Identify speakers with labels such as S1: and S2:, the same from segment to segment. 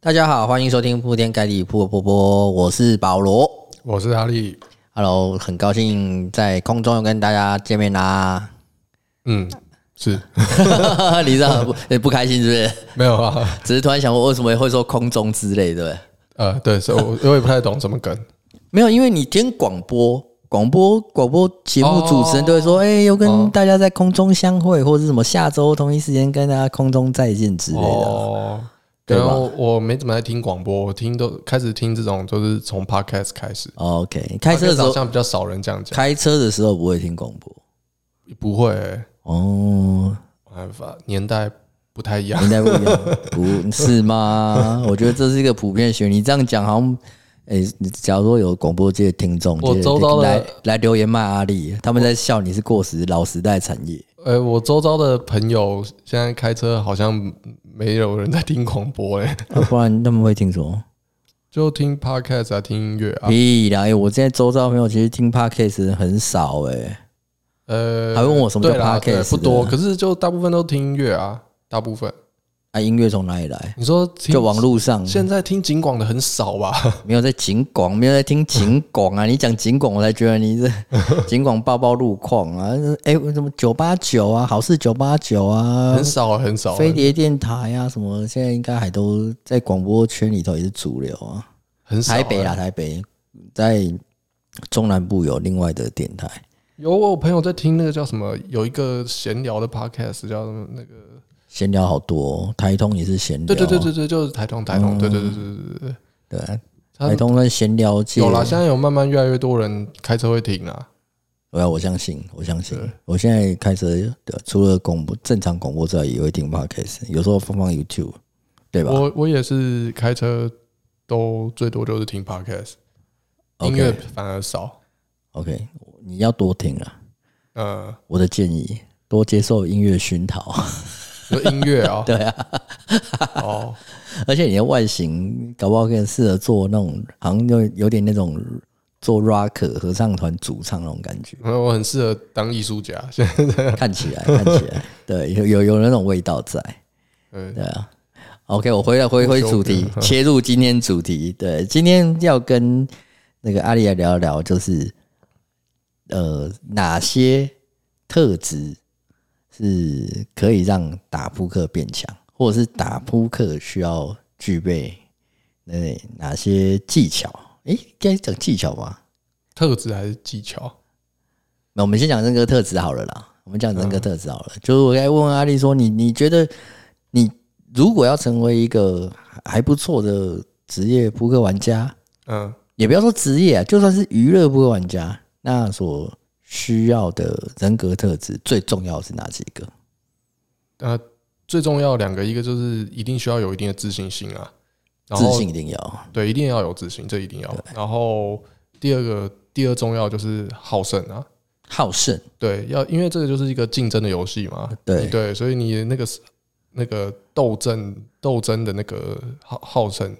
S1: 大家好，欢迎收听铺天盖地铺波波，我是保罗。
S2: 我是哈利。
S1: Hello，很高兴在空中又跟大家见面啦。
S2: 嗯， 是
S1: 你这样不也不开心是不是？
S2: 没有啊。
S1: 只是突然想，我为什么会说空中之类，对不对？
S2: 呃，对，是我我也不太懂什么梗。
S1: 没有，因为你听广播，广播广播节目主持人都会说，哎、又跟大家在空中相会，或者是什么下周同一时间跟大家空中再见之类的。
S2: 哦，
S1: 对吧
S2: 然后我没怎么在听广播，我听都开始听这种，就是从 podcast 开始。
S1: 哦 OK，开车的时
S2: Podcast 好
S1: 候，
S2: 像比较少人这样讲，
S1: 开车的时候不会听广播
S2: 不会、欸，
S1: 哦，
S2: 办法，年代不太一样。
S1: 应该不一样，不是 吗？我觉得这是一个普遍学。你这样讲好像，诶、假如说有广播界的听众，
S2: 我
S1: 就是
S2: 周遭的
S1: 来来留言骂阿丽，他们在笑你是过时老时代产业。
S2: 呃、我周遭的朋友现在开车好像没有人在听广播、欸， 哎，
S1: 啊、不然他们会听什么？
S2: 就听 podcast 啊，听音乐啊。
S1: 屁啦！哎、我现在周遭的朋友其实听 podcast 的人很少哎、
S2: 呃，
S1: 还问我什么叫
S2: 对啦对
S1: podcast
S2: 不多，
S1: 的
S2: 可是就大部分都听音乐啊，大部分。
S1: 啊，音乐从哪里来？
S2: 你说听
S1: 就网络上
S2: 现在听警广的很少吧？
S1: 没有在景广，没有在听景广 啊！你讲景广，我才觉得你 这景广爆爆路况啊！哎、什么九八九啊，好事九八九啊，
S2: 很少很少。
S1: 飞碟电台啊，什么现在应该还都在广播圈里头也是主流啊。
S2: 很少、
S1: 台北啦，台北在中南部有另外的电台，
S2: 有我有朋友在听那个叫什么，有一个闲聊的 podcast 叫什么那个？
S1: 闲聊好多、哦，台通也是闲聊，
S2: 对对对对对，就是台通台通，对对对对对对对。
S1: 哦对啊，
S2: 他
S1: 台通跟闲聊界
S2: 有啦，现在有慢慢越来越多人开车会听啊啦。
S1: 啊我要我相信，我相信，我现在开车对啊除了广播正常广播之外，也会听 podcast，有时候放放 YouTube，对吧
S2: 我我也是开车都最多就是听 podcast，音乐反而少。
S1: ？OK，你要多听啊，
S2: 呃，
S1: 我的建议多接受音乐熏陶。
S2: 就音乐 啊，对啊， 哦，，
S1: 而且你的外形搞不好更适合做那种，好像就有点那种做 rock 合唱团主唱那种感觉
S2: 我很适合当艺术家。现在
S1: 看起来看起来，对，有有有那种味道在，
S2: 对
S1: 对啊。OK，我回来回回主题，切入今天主题。对，今天要跟那个阿丽来聊一聊，就是呃，哪些特质是可以让打扑克变强，或者是打扑克需要具备那哪些技巧？诶、该讲技巧吧。
S2: 特质还是技巧？
S1: 那我们先讲人格特质好了啦，我们讲人格特质好了。
S2: 嗯
S1: 就是我该问问阿丽说，你你觉得你如果要成为一个还不错的职业扑克玩家，
S2: 嗯，
S1: 也不要说职业啊，就算是娱乐扑克玩家，那所需要的人格特质最重要是哪几个？
S2: 呃，最重要两个，一个就是一定需要有一定的自信心啊，然
S1: 自
S2: 后
S1: 信一定要，
S2: 对，一定要有自信，这一定要。然后第二个，第二重要就是好胜啊，
S1: 好胜，
S2: 对，要因为这个就是一个竞争的游戏嘛，
S1: 对
S2: 你对，所以你那个那个斗争斗争的那个好好胜，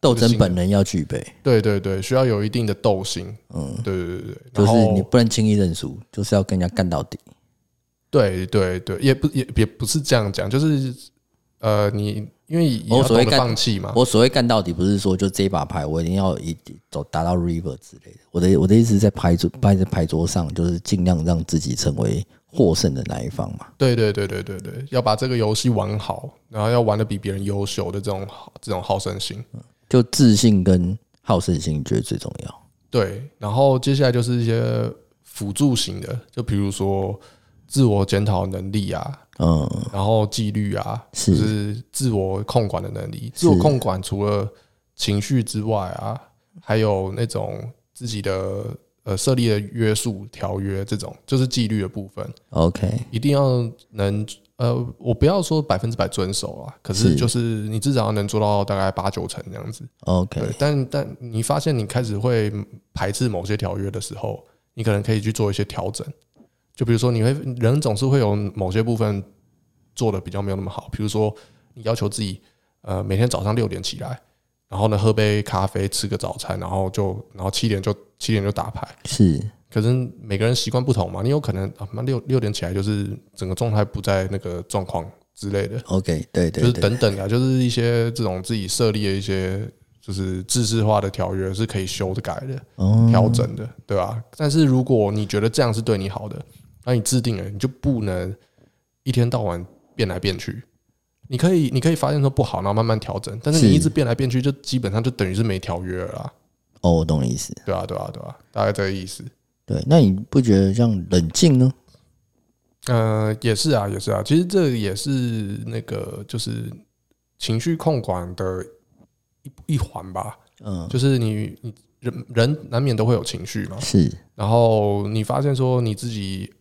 S1: 斗争本能要具备，
S2: 对对对，需要有一定的斗心，
S1: 嗯，
S2: 对对对对，
S1: 就
S2: 然
S1: 是
S2: 后
S1: 你不能轻易认输，就是要跟人家干到底。
S2: 对对对，也不也也不是这样讲，就是呃，你因为也
S1: 我
S2: 要
S1: 哦所谓
S2: 懂得
S1: 干
S2: 放弃嘛，
S1: 我所谓干到底，不是说就这一把牌我一定要一走达到 river 之类的。我的我的意思是在牌桌牌在牌桌上，就是尽量让自己成为获胜的那一方嘛。
S2: 对对对对对对，要把这个游戏玩好，然后要玩的比别人优秀的这种好这种好胜心。
S1: 就自信跟好胜心，你觉得最重要？
S2: 对，然后接下来就是一些辅助型的，就比如说自我检讨能力啊，
S1: 嗯，
S2: 然后纪律啊，
S1: 是
S2: 就是自我控管的能力。自我控管除了情绪之外啊，还有那种自己的呃设立的约束条约，这种就是纪律的部分。
S1: ，OK，
S2: 一定要能呃，我不要说百分之百遵守啊，可是
S1: 是
S2: 就是你至少能做到大概八九成这样子。对
S1: OK，，
S2: 但但你发现你开始会排斥某些条约的时候，你可能可以去做一些调整。就比如说，你会人总是会有某些部分做的比较没有那么好，比如说你要求自己呃每天早上六点起来，然后呢喝杯咖啡，吃个早餐，然后就然后七点就七点就打牌。
S1: 是
S2: 可是每个人习惯不同嘛，你有可能啊，妈六六点起来就是整个状态不在那个状况之类的，
S1: OK，对
S2: 就
S1: 对
S2: 是
S1: 对，
S2: 等等啊，就是一些这种自己设立的一些就是制式化的条约是可以修的、改的、
S1: 哦
S2: 调整的，对吧、但是如果你觉得这样是对你好的，那你制定了，你就不能一天到晚变来变去。你可以，你可以发现说不好，然后慢慢调整。但是你
S1: 是
S2: 一直变来变去，就基本上就等于是没条约了啦，
S1: 哦，我懂你意思。
S2: 对啊，对啊，对啊，大概这个意思。
S1: 对，那你不觉得这样冷静呢？
S2: 呃，也是啊，也是啊。其实这也是那个就是情绪控管的一一环吧。
S1: 嗯，
S2: 就是你你人人难免都会有情绪嘛，
S1: 是
S2: 然后你发现说你自己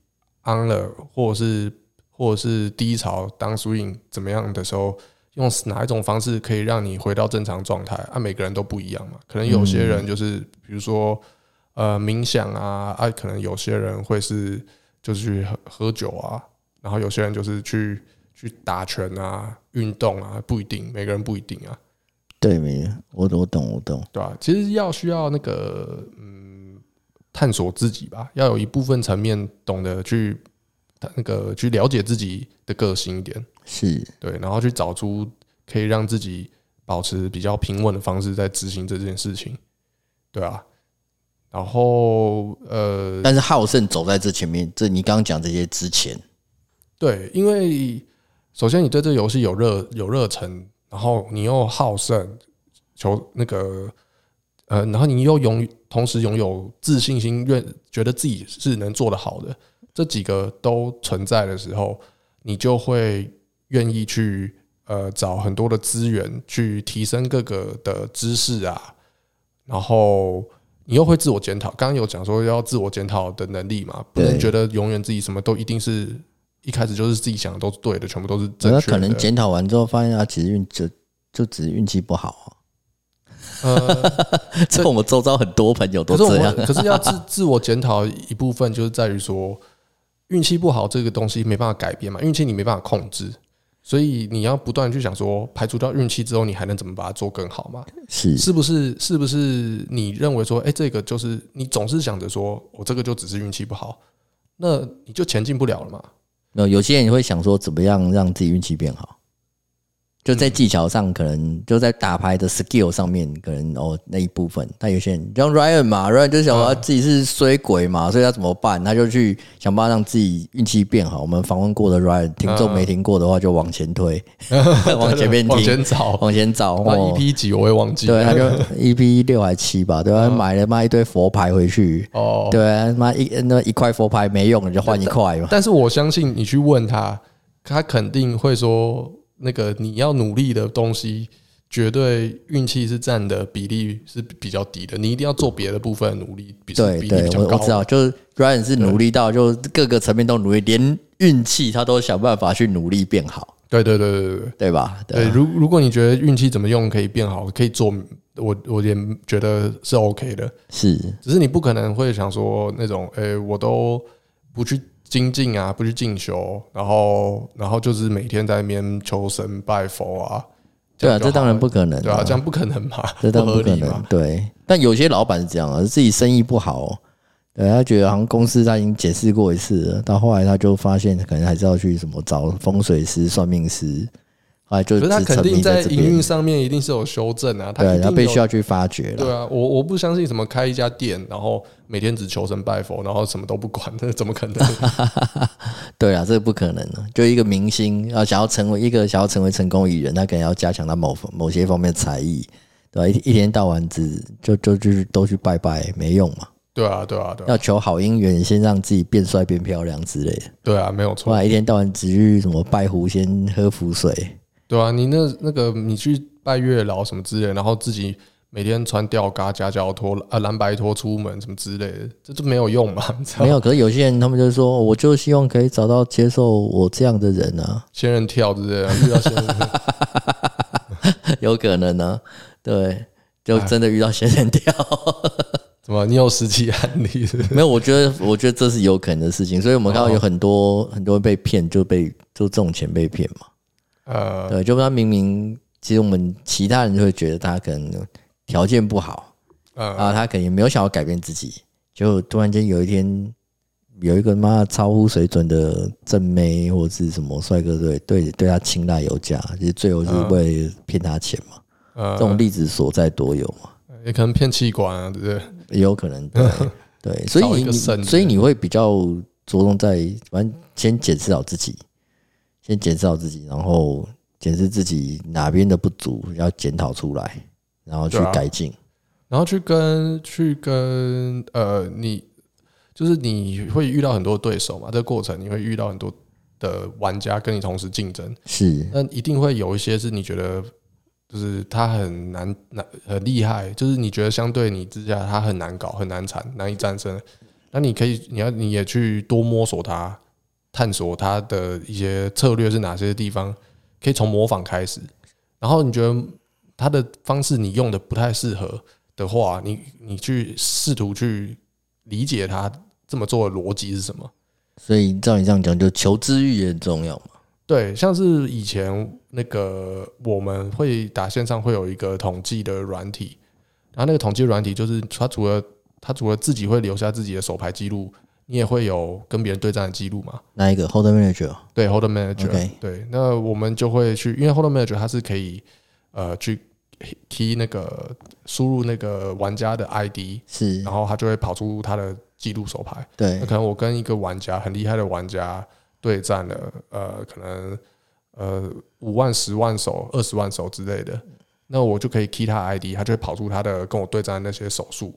S2: 安了，或者是或者是低潮、当输赢怎么样的时候，用哪一种方式可以让你回到正常状态？啊，每个人都不一样嘛，可能有些人就是、比如说呃冥想啊，啊，可能有些人会是就是去喝喝酒啊，然后有些人就是去去打拳啊、运动啊，不一定，每个人不一定啊。
S1: 对，没有，我我懂，我懂。
S2: 对吧、啊其实要需要那个嗯，探索自己吧，要有一部分层面懂得去那个去了解自己的个性一点，
S1: 是
S2: 对，然后去找出可以让自己保持比较平稳的方式在执行这件事情，对啊。然后呃，
S1: 但是好胜走在这前面，这你刚刚讲这些之前，
S2: 对，因为首先你对这游戏有热有热忱，然后你又好胜，求那个呃，然后你又拥同时拥有自信心，越觉得自己是能做得好的，这几个都存在的时候，你就会愿意去呃找很多的资源去提升各个的知识啊，然后。你又会自我检讨，刚刚有讲说要自我检讨的能力嘛，不能
S1: 对
S2: 觉得永远自己什么都一定是一开始就是自己想的都是对的，全部都是正
S1: 那
S2: 确
S1: 可
S2: 的。
S1: 能检讨完之后发现他其实运就就只是运气不好、
S2: 呃，
S1: 啊。这我们周遭很多朋友
S2: 可
S1: 都
S2: 是我
S1: 这样
S2: 们。可是要自自我检讨一部分，就是在于说运气不好这个东西没办法改变嘛，运气你没办法控制，所以你要不断地去想说，排除掉运气之后，你还能怎么把它做更好嘛？
S1: 是
S2: 是不是？是不是你认为说，哎、这个就是你总是想着说我这个就只是运气不好，那你就前进不了了嘛？
S1: 那有些人会想说，怎么样让自己运气变好？就在技巧上，可能就在打牌的 skill 上面，可能哦那一部分。但有些人像 Ryan 嘛，Ryan 就想说他啊自己是衰鬼嘛，所以他怎么办？他就去想办法让自己运气变好。我们访问过的 Ryan，听众没听过的话，就往前 推，嗯往前面
S2: 往
S1: 听，
S2: 前找，
S1: 往前找。
S2: 那
S1: 哦
S2: EP 几我也忘记
S1: 对，
S2: 了。
S1: 他就 EP 六还七吧，对吧？买了妈一堆佛牌回去，
S2: 哦，
S1: 对啊，妈一那一块佛牌没用，你就换一块嘛。
S2: 但是我相信你去问他，他肯定会说，那个你要努力的东西，绝对运气是占的比例是比较低的。你一定要做别的部分的努力，比是
S1: 对
S2: 比例
S1: 对
S2: 比，较
S1: 我
S2: 高。
S1: 我知道，就是 Ryan 是努力到就各个层面都努力，连运气他都想办法去努力变好，
S2: 对对对对对
S1: 对吧？
S2: 对。
S1: 对啊
S2: 如如果你觉得运气怎么用可以变好，可以做，我我也觉得是 OK 的。
S1: 是
S2: 只是你不可能会想说那种，诶、我都不去精进啊，不去进修，然后然后就是每天在那边求神拜佛啊。
S1: 对啊，
S2: 样
S1: 这
S2: 就好了
S1: 当然不可能，
S2: 对啊，这样不可能嘛，
S1: 这当然
S2: 合
S1: 不可
S2: 理嘛
S1: 能，。对。但有些老板是这样啊，自己生意不好，对他觉得好像公司他已经解释过一次了，到后来他就发现可能还是要去什么找风水师、算命师，后来就
S2: 可是他
S1: 只
S2: 肯
S1: 沉迷
S2: 定在
S1: 这
S2: 营运
S1: 边，
S2: 上面一定是有修正啊，他
S1: 对，
S2: 一
S1: 他
S2: 定
S1: 必
S2: 有
S1: 须要去发掘了。
S2: 对啊，我我不相信什么开一家店，然后每天只求神拜佛，然后什么都不管， 那怎么可能？
S1: 对啊，这个不可能的。就一个明星要想要成为一个想要成为成功艺人，他可能要加强他某某些方面的才艺，对吧、啊一一天到晚只就就就是都去拜拜没用嘛，
S2: 对啊，对啊，对啊，
S1: 要求好姻缘，先让自己变帅变漂亮之类的。
S2: 对啊，没有
S1: 不
S2: 错，
S1: 然一天到晚只去什么拜狐仙、喝符水，
S2: 对啊，你那那个你去拜月老什么之类，然后自己每天穿吊嘎、夹脚拖啊、蓝白拖出门什么之类的，这就没有用嘛， 你知道
S1: 没
S2: 吗？
S1: 有。可是有些人他们就说，我就希望可以找到接受我这样的人啊，
S2: 仙人跳之类的，遇到 仙人跳
S1: 有可能呢、对，就真的遇到仙人跳。
S2: 怎么？你有实际案例是不是？
S1: 没有，我觉得我觉得这是有可能的事情，所以我们看到有很多、很多人被骗，就被就这种钱被骗嘛。
S2: 呃，
S1: 对，就他明明其实我们其他人就会觉得他可能条件不好
S2: 嗯
S1: 啊，他可能也没有想要改变自己，结果突然间有一天有一个妈超乎水准的正妹或者是什么帅哥对对对他青睐有加，其实最后就是为了骗他钱嘛。
S2: 呃
S1: 这种例子所在多有嘛，
S2: 也可能骗气管啊，对不对？
S1: 也有可 能对对，所
S2: 找
S1: 以
S2: 一个
S1: 你
S2: 剩的
S1: 所以你会比较着重在，反正先检视好自己，先检视好自己，然后检视自己哪边的不足要检讨出来，然后去
S2: 对啊
S1: 改进。
S2: 然后去跟去跟呃，你就是你会遇到很多对手嘛，这个过程你会遇到很多的玩家跟你同时竞争，
S1: 是
S2: 那一定会有一些是你觉得就是他很难难很厉害，就是你觉得相对你之下他很难搞、很难缠、难以战胜。那你可以，你要你也去多摸索他，探索他的一些策略是哪些地方，可以从模仿开始。然后你觉得他的方式你用的不太适合的话，你你去试图去理解他这么做的逻辑是什么。
S1: 所以照你这样讲，就求知欲也很重要嘛。
S2: 对，像是以前那个我们会打线上会有一个统计的软体，然后那个统计软体就是它除了它除了自己会留下自己的手牌记录，你也会有跟别人对战的记录嘛？
S1: 那一个 holder manager
S2: 对，Hold Manager，、
S1: OK
S2: 对，那我们就会去，因为 Hold Manager 它是可以呃去 key 那个输入那个玩家的 ID，
S1: 是
S2: 然后它就会跑出他的记录手牌。
S1: 对
S2: 那可能我跟一个玩家很厉害的玩家对战了，呃，可能呃五万、十万手、二十万手之类的，那我就可以 key 他 ID，他就会跑出他的跟我对战的那些手速。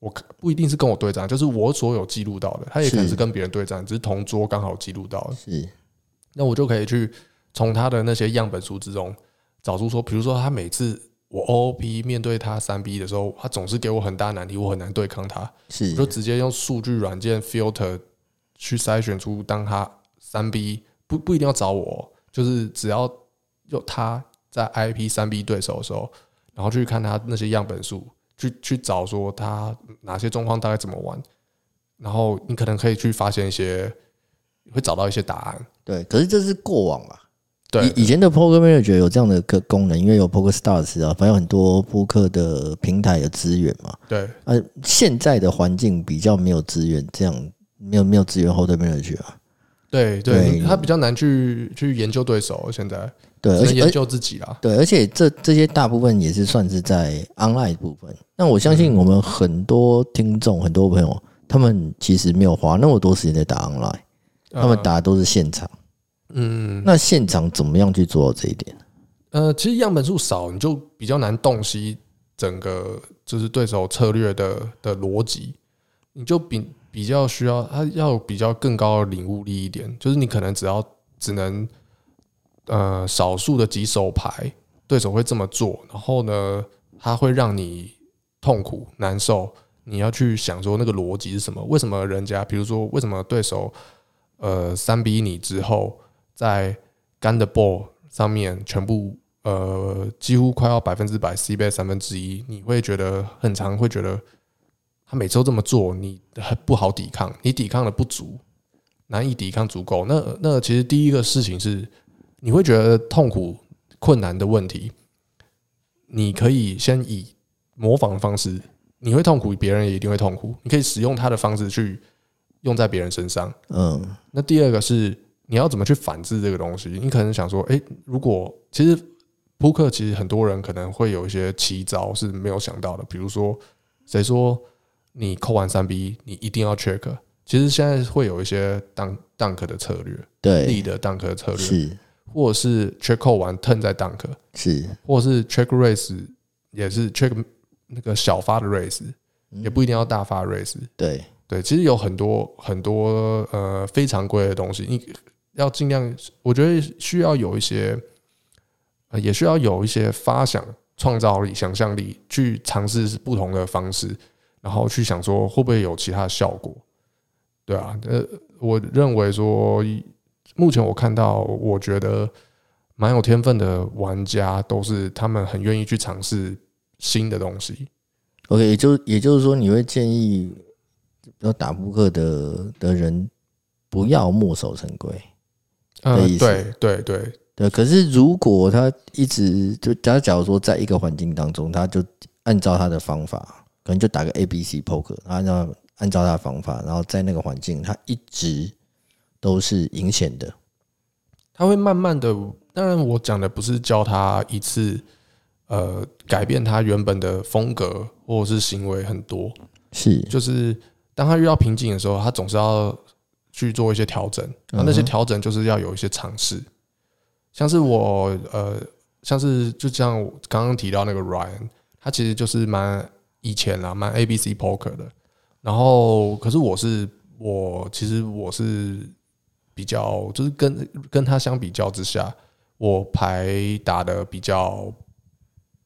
S2: 我可不一定是跟我对战，就是我所有记录到的，他也可能
S1: 是
S2: 是跟别人对战，只是同桌刚好记录到的。
S1: 是
S2: 那我就可以去从他的那些样本数之中找出说，比如说他每次我 OOP 面对他三 B 的时候，他总是给我很大难题，我很难对抗他。我就是直接用数据软件 filter 去筛选出，当他三 B 不不一定要找我哦，就是只要有他在 IP 三 B 对手的时候，然后去看他那些样本数，去去找说他哪些状况大概怎么玩，然后你可能可以去发现一些，会找到一些答案。
S1: 对。可是这是过往啦，
S2: 对，
S1: 以以前的 Poker Manager 有这样的个功能，因为有 Poker Stars 啊，反正有很多扑克的平台有资源嘛。
S2: 对，
S1: 呃，现在的环境比较没有资源，这样没有没有资源 Holder Manager 啊。
S2: 对，
S1: 对
S2: 对，他比较难去去研究对手，哦现在
S1: 对，
S2: 只
S1: 而
S2: 能
S1: 且
S2: 研
S1: 而
S2: 究自己啦。
S1: 对，而且这这些大部分也是算是在 online 部分。那我相
S2: 嗯
S1: 信我们很多听众、很多朋友，他们其实没有花那么多时间在打 online，他们
S2: 呃，
S1: 打的都是现场。
S2: 嗯，
S1: 那现场怎么样去做到这一点？
S2: 呃，其实样本数少，你就比较难洞悉整个就是对手策略的的逻辑，你就比比较需要他要有比较更高的领悟力一点，就是你可能只要只能呃少数的几手牌，对手会这么做，然后呢，他会让你痛苦难受，你要去想说那个逻辑是什么？为什么人家比如说为什么对手呃三比你之后在干的 ball 上面全部呃几乎快要百分之百 C 倍三分之一，你会觉得很常会觉得他每周这么做，你很不好抵抗，你抵抗的不足，难以抵抗足够。那那其实第一个事情是，你会觉得痛苦困难的问题，你可以先以模仿的方式，你会痛苦，别人也一定会痛苦，你可以使用他的方式去用在别人身上。
S1: 嗯，
S2: 那第二个是你要怎么去反制这个东西？你可能想说，诶，如果其实扑克其实很多人可能会有一些奇招是没有想到的，比如说谁说你扣完三比一，你一定要 check？其实现在会有一些 dunk dunk 的策略，
S1: 对，
S2: 力的 dunk 的策略，
S1: 是
S2: 或者是 check 扣完 turn 再 dunk，
S1: 是，
S2: 或者是 check raise 也是 check 那个小发的 raise，也
S1: 嗯
S2: 不一定要大发 raise。
S1: 对，
S2: 对，其实有很多很多呃非常规的东西，你要尽量，我觉得需要有一些，呃，也需要有一些发想、创造力、想象力，去尝试不同的方式，然后去想说会不会有其他的效果，对啊，呃，我认为说，目前我看到，我觉得蛮有天分的玩家，都是他们很愿意去尝试新的东西，
S1: OK，也就也就是说，你会建议要打扑克的的人不要墨守成规。
S2: 嗯、
S1: 的意思
S2: 对对对，
S1: 对，可是如果他一直就他假如说在一个环境当中，他就按照他的方法，可能就打个 A B C poker，他按照按照他的方法，然后在那个环境，他一直都是阴险的。
S2: 他会慢慢的，当然我讲的不是教他一次，呃，改变他原本的风格或者是行为很多，
S1: 是，
S2: 就是当他遇到瓶颈的时候，他总是要去做一些调整。那那些调整就是要有一些尝试，像是我呃，像是就像我刚刚提到那个 Ryan，他其实就是蛮以前啦，蛮 A B C Poker 的。然后，可是我是我其实我是比较就是跟跟他相比较之下，我牌打的比较。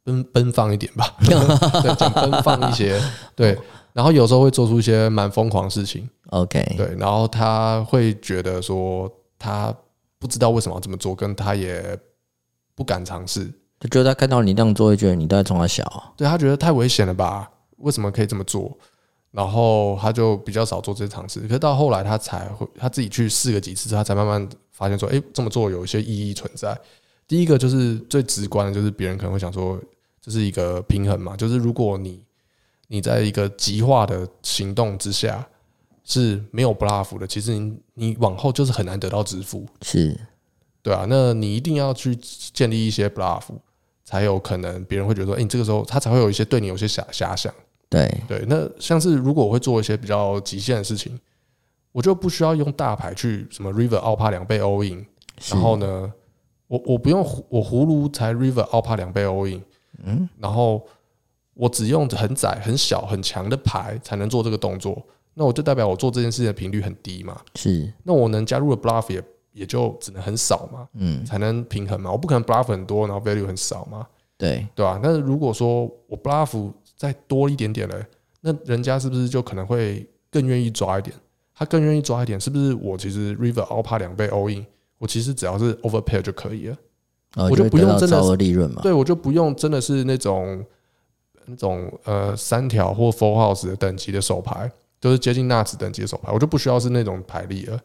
S2: 奔奔放一点吧， 对，讲奔放一些，对，然后有时候会做出一些蛮疯狂的事情，
S1: OK，
S2: 对，然后他会觉得说他不知道为什么要这么做，跟他也不敢尝试，
S1: 就觉得他看到你那样做，会觉得你都在冲他小啊。
S2: 对他觉得太危险了吧？为什么可以这么做？然后他就比较少做这些尝试，可是到后来他才会他自己去试了几次，他才慢慢发现说，哎、这么做有一些意义存在。第一个就是最直观的，就是别人可能会想说，这是一个平衡嘛，就是如果你你在一个极化的行动之下是没有 bluff 的，其实你你往后就是很难得到支付。
S1: 是，
S2: 对啊，那你一定要去建立一些 bluff，才有可能别人会觉得说，哎、你这个时候他才会有一些对你有些遐遐想。
S1: 对，
S2: 对，那像是如果我会做一些比较极限的事情，我就不需要用大牌去什么 river 奥帕两倍 all in，
S1: 是
S2: 然后呢，我我不用胡我葫芦才 river 奥帕两倍 all in，嗯，然后我只用很窄、很小、很强的牌才能做这个动作，那我就代表我做这件事情的频率很低嘛，
S1: 是，
S2: 那我能加入的 bluff 也也就只能很少嘛，
S1: 嗯，
S2: 才能平衡嘛。我不可能 bluff 很多，然后 value 很少嘛，
S1: 对，
S2: 对吧、那如果说我 bluff 再多一点点嘞，那人家是不是就可能会更愿意抓一点？他更愿意抓一点，是不是？我其实 river all par 两倍 all in，我其实只要是 over pair 就可以了。
S1: 然后
S2: 我就
S1: 会
S2: 不
S1: 得
S2: 用
S1: 到
S2: 真的
S1: 超
S2: 是
S1: 额利润嘛。
S2: 对我就不用真的是那种那种呃三条或 four house 的等级的手牌，就是接近 nuts 等级的手牌，我就不需要是那种牌力了，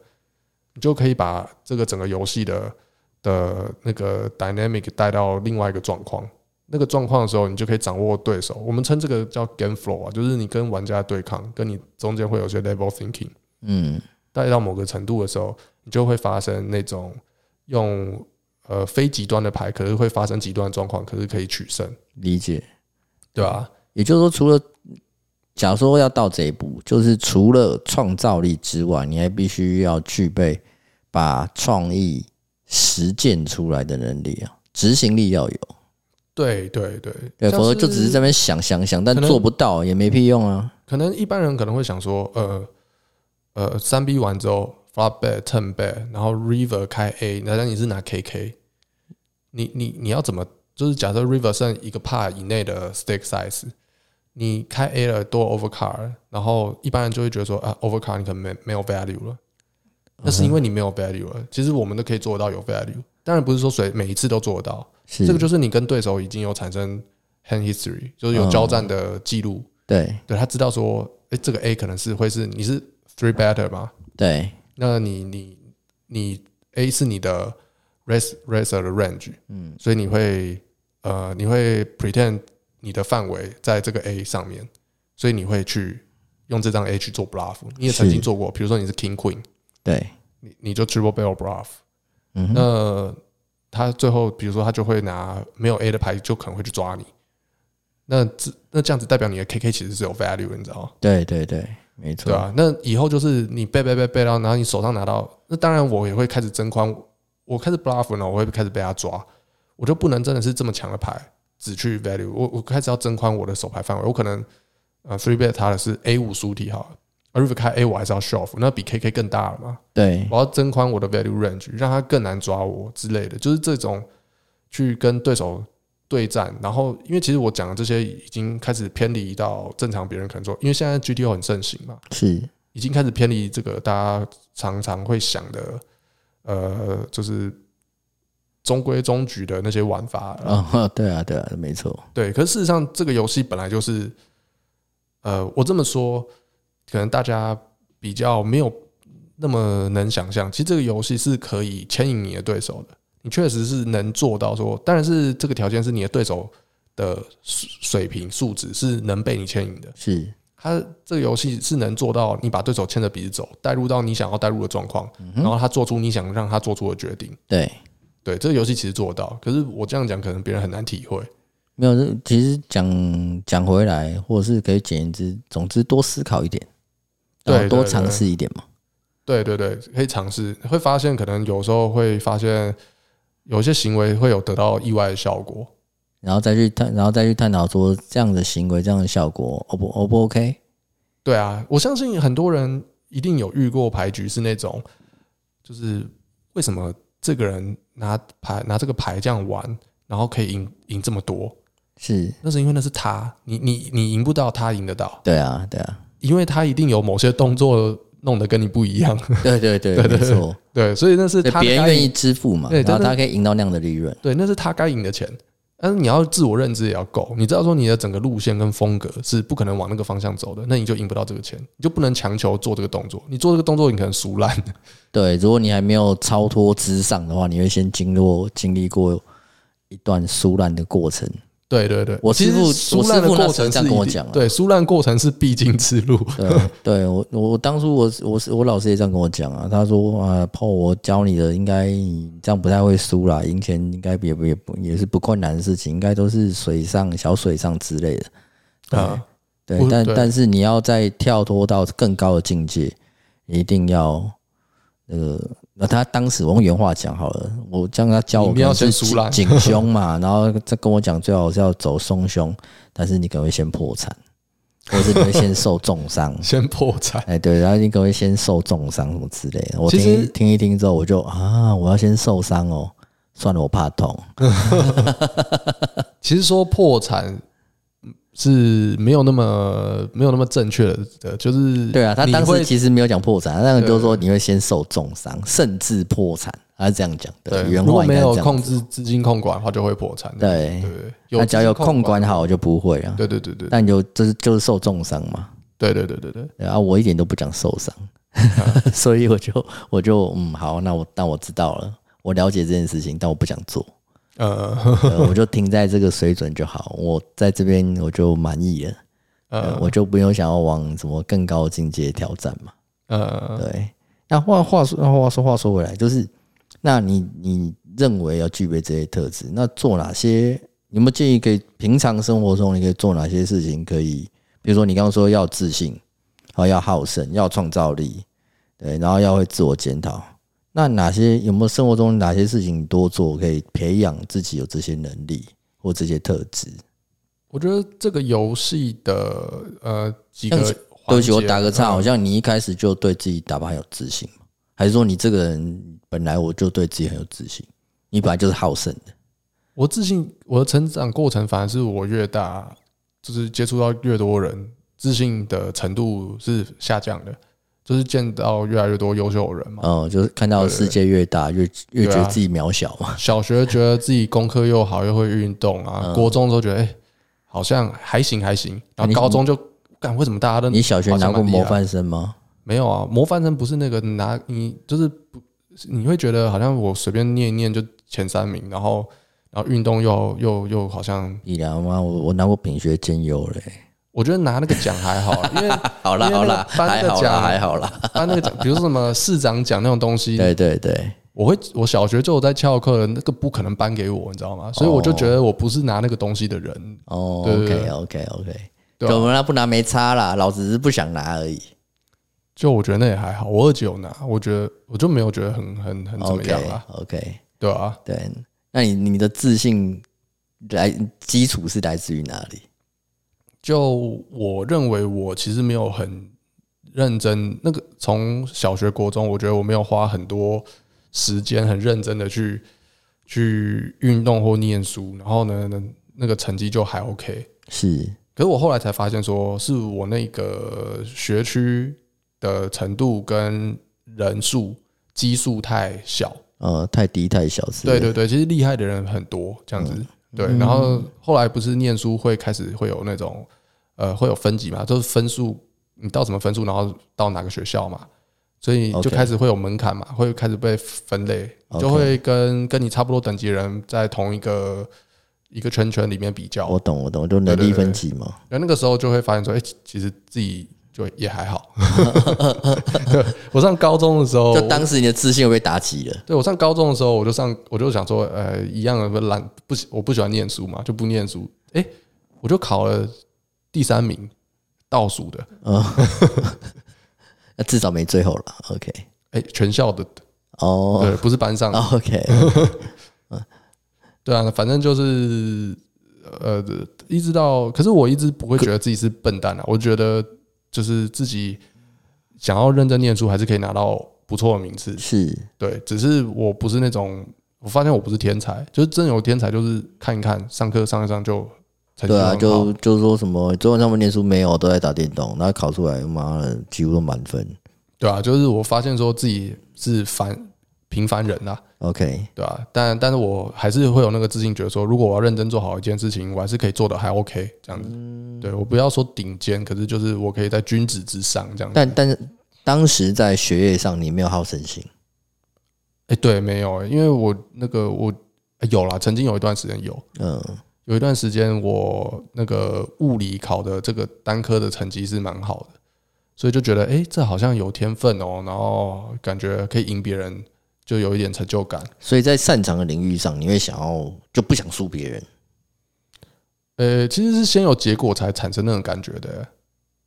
S2: 你就可以把这个整个游戏的的那个 dynamic 带到另外一个状况。那个状况的时候，你就可以掌握对手。我们称这个叫 game flow 啊，就是你跟玩家对抗，跟你中间会有些 level thinking。
S1: 嗯，
S2: 带到某个程度的时候，你就会发生那种用呃非极端的牌，可是会发生极端的状况，可是可以取胜，
S1: 理解。
S2: 对啊吧、
S1: 也就是说，除了假如说要到这一步，就是除了创造力之外，你还必须要具备把创意实践出来的能力啊，执行力要有。
S2: 对对对，
S1: 对，
S2: 像
S1: 否则就只是在那边想想想，但
S2: 可能
S1: 做不到也没屁用啊。
S2: 可能一般人可能会想说，呃呃，三 B 完之后 flop bet turn bet，然后 river 开 A，那那你是拿 KK，你你你要怎么？就是假设 river 剩一个 par 以内的 stake size，你开 A 了多 over card，然后一般人就会觉得说啊 over card 你可能没没有 value 了。那是因为你没有 value 了。其实我们都可以做得到有 value，当然不是说谁每一次都做得到。
S1: 是，
S2: 这个就是你跟对手已经有产生 hand history，就是有交战的记录。
S1: 对
S2: 对他知道说，哎、这个 A 可能是会是你是 three better 嘛？
S1: 对
S2: 那你你你 A 是你的 race racer 的 range，嗯，所以你会呃你会 pretend 你的范围在这个 A 上面，所以你会去用这张 A 去做 bluff。你也曾
S1: 是
S2: 经做过，比如说你是 king queen，
S1: 对，
S2: 你你就 triple barrel bluff，
S1: 嗯哼，
S2: 那他最后比如说他就会拿没有 A 的牌，就可能会去抓你。那这那这样子代表你的 KK 其实是有 value，的你知道吗？
S1: 对对对，没
S2: 对
S1: 错，
S2: 啊，那以后就是你背背背背到，然后你手上拿到，那当然我也会开始增宽，我开始 bluff 呢，我会开始被他抓，我就不能真的是这么强的牌只去 value，我我开始要增宽我的手牌范围，我可能呃 three bet 他的是 A 五输体好了，而如果开 A 我还是要 shove，那比 KK 更大了嘛，
S1: 对
S2: 我要增宽我的 value range，让他更难抓我之类的，就是这种去跟对手对战。然后，因为其实我讲的这些已经开始偏离到正常别人可能说，因为现在 GTO 很盛行嘛，
S1: 是，
S2: 已经开始偏离这个大家常常会想的，呃，就是中规中矩的那些玩法了。
S1: 哦， 对啊对啊，没错，
S2: 对，可是事实上，这个游戏本来就是，呃，我这么说，可能大家比较没有那么能想象，其实这个游戏是可以牵引你的对手的。你确实是能做到说，当然是这个条件是你的对手的水水平素质是能被你牵引的。
S1: 是
S2: 它这个游戏是能做到你把对手牵着鼻子走，带入到你想要带入的状况，然后他做出你想让他做出的决定。
S1: 对，
S2: 对，这个游戏其实做得到，可是我这样讲，可能别人很难体会。
S1: 没有，这其实讲讲回来，或者是可以简言之，总之多思考一点，
S2: 对
S1: 然后多
S2: 对对
S1: 尝试一点嘛。
S2: 对对对，可以尝试，会发现可能有时候会发现有些行为会有得到意外的效果。
S1: 然后再去探，然后再去探讨说这样的行为、这样的效果，O 不 O 不 OK？
S2: 对啊，我相信很多人一定有遇过牌局是那种，就是为什么这个人拿牌拿这个牌这样玩，然后可以赢赢这么多？
S1: 是，
S2: 那是因为那是他，你你你赢不到，他赢得到，
S1: 对啊，对 啊，
S2: 因为他一定有某些动作弄得跟你不一样。
S1: 对对对，没错，
S2: 对，所以那是
S1: 对
S2: 他
S1: 别人
S2: 该
S1: 愿意支付嘛，
S2: 对
S1: 然后
S2: 但是
S1: 他可以赢到那样的利润。
S2: 对，那是他该赢的钱。但是你要自我认知也要够，你知道说你的整个路线跟风格是不可能往那个方向走的，那你就赢不到这个钱，你就不能强求做这个动作。你做这个动作，你可能输烂。
S1: 对，如果你还没有超脱之上的话，你会先经过经历过一段疏烂的过程。
S2: 对对对，
S1: 我
S2: 其
S1: 师
S2: 实
S1: 父
S2: 输
S1: 我师
S2: 烂的
S1: 父那时候
S2: 过程
S1: 这样
S2: 是
S1: 跟
S2: 一
S1: 我
S2: 定
S1: 讲啊
S2: 对，输烂过程是必经 之路。
S1: 对啊，对我我我当初我我是我老师也这样跟我讲啊，他说啊，Paul，我教你的应该你这样不太会输啦，赢钱应该也不也不也是不困难的事情，应该都是水上小水上之类的。
S2: 啊，
S1: 对，
S2: 不
S1: 但
S2: 对
S1: 但是你要再跳脱到更高的境界，一定要那个。那他当时我用原话讲好了，我这样他教我
S2: 你们要
S1: 可能是
S2: 先输啦。
S1: 紧紧胸嘛，然后再跟我讲最好是要走松胸，但是你可能会先破产，或者你会先受重伤
S2: 先破产。
S1: 哎，对，然后你可能会先受重伤什么之类的。我听
S2: 其
S1: 一
S2: 实
S1: 听一听之后，我就啊，我要先受伤哦，算了，我怕痛。
S2: 其实说破产嗯是没有那么没有那么正确的，就是
S1: 对啊，他
S2: 你
S1: 当
S2: 会
S1: 时其实没有讲破产，他那个就是说你会先受重伤，甚至破产，他是这样讲的。
S2: 对，
S1: 原
S2: 如果
S1: 话应
S2: 没
S1: 该是
S2: 有
S1: 这样
S2: 控
S1: 子。
S2: 制资金控管的话，就会破产。
S1: 对
S2: 对，对有
S1: 那只要有
S2: 资金
S1: 控管好，就不会啊。
S2: 对对对对
S1: 但有就是就是受重伤嘛。
S2: 对对对对对，
S1: 对啊，我一点都不讲受伤，
S2: 啊
S1: 所以我就我就嗯好，那我那我知道了，我了解这件事情，但我不想做，
S2: 呃
S1: 呃我就停在这个水准就好。我在这边我就满意了，呃
S2: 呃
S1: 我就不用想要往什么更高的境界挑战嘛。
S2: 呃，
S1: 对，那话话说话说话说回来，就是那你你认为要具备这些特质，那做哪些？你有没有建议可以平常生活中你可以做哪些事情？可以，比如说你刚刚说要自信，然后要好胜，要创造力，对，然后要会自我检讨。那哪些有没有生活中哪些事情多做可以培养自己有这些能力或这些特质？
S2: 我觉得这个游戏的呃几个
S1: 像
S2: 环
S1: 是
S2: 节，
S1: 对不起，我打个岔，好
S2: 嗯
S1: 像你一开始就对自己打扮很有自信嘛？还是说你这个人本来我就对自己很有自信，你本来就是好胜的？
S2: 我自信，我的成长过程反而是我越大，就是接触到越多人，自信的程度是下降的，就是见到越来越多优秀的人嘛。
S1: 嗯，就是看到世界越大，越越觉
S2: 对
S1: 得
S2: 啊
S1: 自己渺小嘛。
S2: 小学觉得自己功课又好，又会运动啊，
S1: 嗯啊
S2: 国中的时候觉得哎、好像还行还行，然
S1: 你
S2: 后高中就干为什么大家都
S1: 你小学拿过模
S2: 啊好像蛮厉害
S1: 范生吗？
S2: 没有啊？模范生不是那个拿你就是不你会觉得好像我随便念一念就前三名，然后然后运动又又又好像
S1: 你娘妈，我我拿过品学兼优嘞。
S2: 我觉得拿那个奖还好，因为
S1: 好啦
S2: 因为
S1: 好
S2: 那个
S1: 啦，
S2: 班
S1: 还
S2: 的
S1: 好啦
S2: 奖
S1: 还好啦。
S2: 他那个奖，比如说什么市长奖那种东 西，
S1: 对对对，
S2: 我会我小学就有在翘课，那个不可能颁给我，你知道吗？所以我就觉得我不是拿那个东西的人，
S1: 哦
S2: 对对
S1: ，OK
S2: 对
S1: OK OK，
S2: 对啊
S1: 我
S2: 吧？
S1: 们那不拿没差啦，老子只是不想拿而已。
S2: 就我觉得那也还好，我二姐有拿，我觉得我就没有觉得很很很嗯怎么
S1: OK
S2: 样啦，
S1: OK，
S2: 对啊，
S1: 对，那你你的自信来基础是来自于哪里？
S2: 就我认为我其实没有很认真，那个从小学、国中，我觉得我没有花很多时间很认真的去去运动或念书，然后呢，那那个成绩就还 OK。
S1: 是
S2: 可是我后来才发现说是我那个学区的程度跟人数基数太小。
S1: 呃，太低太小是？
S2: 对对对，其实厉害的人很多，这样子。
S1: 嗯
S2: 对，然后后来不是念书会开始会有那种呃会有分级嘛，就是分数你到什么分数，然后到哪个学校嘛，所以
S1: OK
S2: 就开始会有门槛嘛，会开始被分类，
S1: OK
S2: 就会跟跟你差不多等级的人在同一个一个圈圈里面比较。
S1: 我懂，我懂，就能力分级嘛。
S2: 那那个时候就会发现说，哎、其实自己就也还好。 对我上高中的时候，
S1: 就当时你的自信又被打击了。
S2: 对我上高中的时候，我就上我就想说，呃，一样的不懒不喜，我不喜欢念书嘛，就不念书。哎、我就考了第三名，倒数的，
S1: 哦 那至少没最后了。OK，
S2: 哎、全校的，
S1: 哦
S2: 对，不是班上的。
S1: ，OK，
S2: 对啊，反正就是呃，一直到，可是我一直不会觉得自己是笨蛋啊，我觉得就是自己想要认真念书，还是可以拿到不错的名次。
S1: 是
S2: 对，只是我不是那种，我发现我不是天才，就是真有天才，就是看一看，上课上一上就成绩
S1: 对啊，
S2: 很好
S1: 就就说什么昨晚上面念书没有，都在打电动，然后考出来，妈的，几乎都满分。
S2: 对啊，就是我发现说自己是凡平凡人啊，
S1: OK，
S2: 对啊，但但是我还是会有那个自信，觉得说，如果我要认真做好一件事情，我还是可以做的还 OK 这样子。对我不要说顶尖，可是就是我可以在君子之上这样子。
S1: 但但是当时在学业上你没有好胜心，
S2: 哎、对，没有、因为我那个我、哎有啦，曾经有一段时间有，
S1: 嗯，
S2: 有一段时间我那个物理考的这个单科的成绩是蛮好的，所以就觉得哎、诶这好像有天分哦，然后感觉可以赢别人，就有一点成就感。
S1: 所以在擅长的领域上，你会想要就不想输别人，
S2: 呃、其实是先有结果才产生那种感觉的、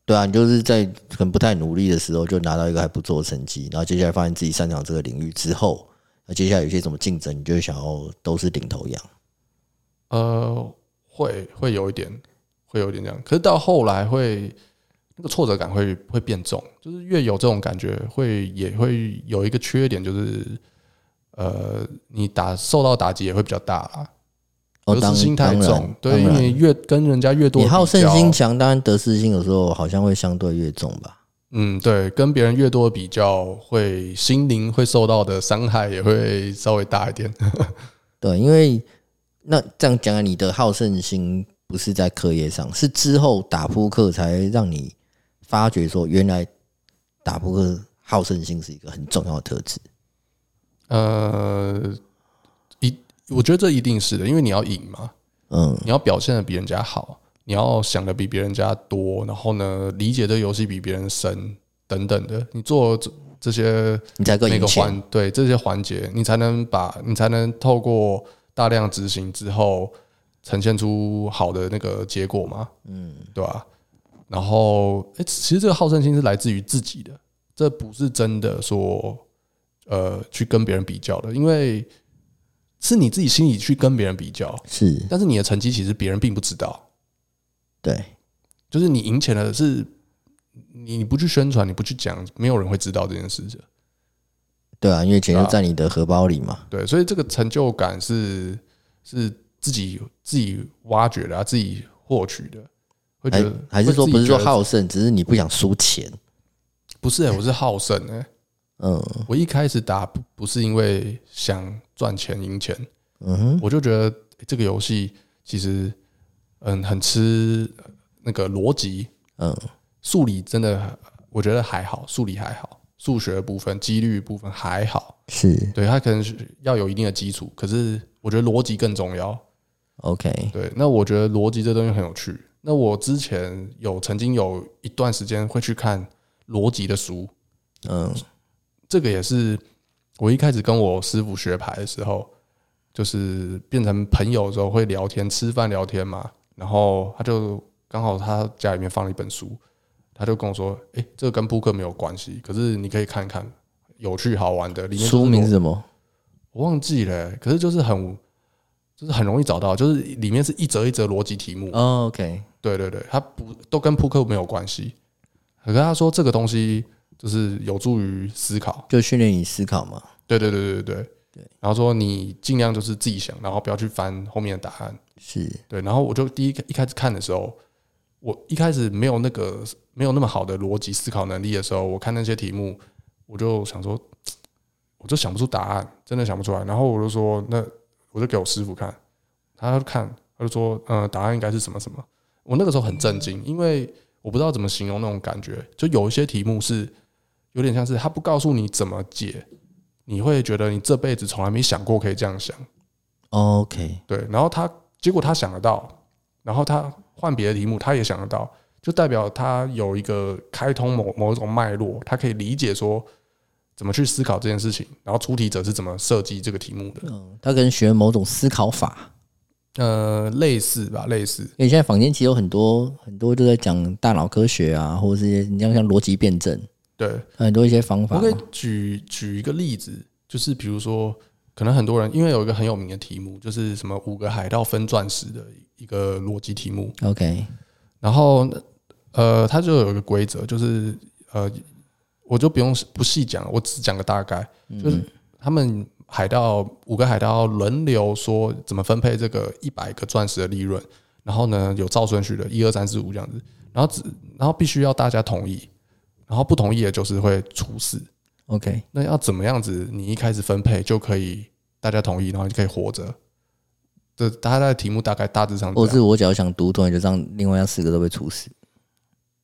S1: 对啊，你就是在很不太努力的时候就拿到一个还不错的成绩，然后接下来发现自己擅长这个领域之后，那接下来有些什么竞争，你就会想要都是领头羊。
S2: 呃，会会有一点，会有一点这样。可是到后来会那个挫折感会会变重，就是越有这种感觉，会也会有一个缺点，就是呃，你打受到打击也会比较大啦，
S1: 哦，
S2: 得
S1: 当
S2: 失心太
S1: 当
S2: 重
S1: 然，，
S2: 对，因
S1: 当
S2: 为
S1: 然
S2: 你越跟人家越多，
S1: 你好胜心，强，当然得失心有时候好像会相对越重吧。
S2: 嗯，对，跟别人越多比较，会心灵会受到的伤害也会稍微大一点。
S1: 对，因为那这样讲，你的好胜心不是在课业上，是之后打扑克才让你发觉说，原来打扑克好胜心是一个很重要的特质。
S2: 呃，一我觉得这一定是的，因为你要赢嘛，
S1: 嗯，
S2: 你要表现的比人家好，你要想的比别人家多，然后呢，理解这个游戏比别人深等等的，你做这这些
S1: 你才更
S2: 每
S1: 赢
S2: 个
S1: 钱。
S2: 环对这些环节，你才能把你才能透过大量执行之后，呈现出好的那个结果嘛，嗯，对吧、然后，哎、其实这个好胜心是来自于自己的，这不是真的说，呃，去跟别人比较的，因为是你自己心里去跟别人比较，
S1: 是，
S2: 但是你的成绩其实别人并不知道，
S1: 对，
S2: 就是你赢钱了是，你你不去宣传，你不去讲，没有人会知道这件事情。
S1: 对啊，因为钱
S2: 对
S1: 就
S2: 啊
S1: 在你的荷包里嘛。
S2: 对，所以这个成就感是是自己自己挖掘的、啊，自己获取的。会觉
S1: 还
S2: 得
S1: 还是
S2: 会
S1: 说
S2: 自己
S1: 不是说
S2: 觉得
S1: 好胜，只是你不想输钱。
S2: 不是、欸，我是好胜哎、
S1: 嗯
S2: 我一开始打不不是因为想赚钱赢钱，
S1: 嗯哼，
S2: 我就觉得、欸这个游戏其实嗯很吃那个逻辑，
S1: 嗯，
S2: 数理真的我觉得还好，数理还好，数学的部分、几率部分还好，
S1: 是
S2: 对它可能是要有一定的基础，可是我觉得逻辑更重要。
S1: OK。
S2: 对，那我觉得逻辑这东西很有趣。那我之前有曾经有一段时间会去看逻辑的书，
S1: 嗯，
S2: 这个也是我一开始跟我师傅学牌的时候，就是变成朋友的时候会聊天，吃饭聊天嘛。然后他就刚好他家里面放了一本书，他就跟我说：“诶，这个跟扑克没有关系，可是你可以看看，有趣好玩的。”里面就是
S1: 书名
S2: 逻
S1: 是什么？
S2: 我忘记了、欸可是就是很就是很容易找到，就是里面是一则一则逻辑题目。
S1: 哦，OK，
S2: 对对对，它不都跟扑克没有关系。可是他说这个东西就是有助于思考，
S1: 就训练你思考嘛。
S2: 对对对对对对。然后说你尽量就是自己想，然后不要去翻后面的答案。
S1: 是，
S2: 对，然后我就第一一开始看的时候，我一开始没有那个没有那么好的逻辑思考能力的时候，我看那些题目，我就想说，我就想不出答案，真的想不出来。然后我就说，那我就给我师傅看，他就看，他就说，呃，答案应该是什么什么。我那个时候很震惊，因为我不知道怎么形容那种感觉，就有一些题目是有点像是他不告诉你怎么解，你会觉得你这辈子从来没想过可以这样想。
S1: 哦 OK，
S2: 对，然后他结果他想得到，然后他换别的题目，他也想得到，就代表他有一个开通某某一种脉络，他可以理解说怎么去思考这件事情，然后出题者是怎么设计这个题目的。
S1: 嗯，他可能学某种思考法。
S2: 呃，类似吧，类似。
S1: 因为现在坊间其实有很多很多就在讲大脑科学啊，或者是一些你像像逻辑辩证，
S2: 对，
S1: 很多一些方法
S2: 我
S1: 嘛。
S2: 可以举举一个例子，就是比如说，可能很多人因为有一个很有名的题目，就是什么五个海盗分钻石的一个逻辑题目，
S1: OK，
S2: 然后呃，它就有一个规则，就是呃，我就不用不细讲，我只讲个大概，就是他们海盗五个海盗轮流说怎么分配这个一百个钻石的利润，然后呢有照顺序的，一二三四五这样子，然后只然后必须要大家同意，然后不同意的就是会出事。
S1: OK，
S2: 那要怎么样子？你一开始分配就可以大家同意，然后你就可以活着。这他的题目大概大致上
S1: 或
S2: 这
S1: 者是
S2: 样。
S1: 我只要想读，突然就让另外那四个都被处死，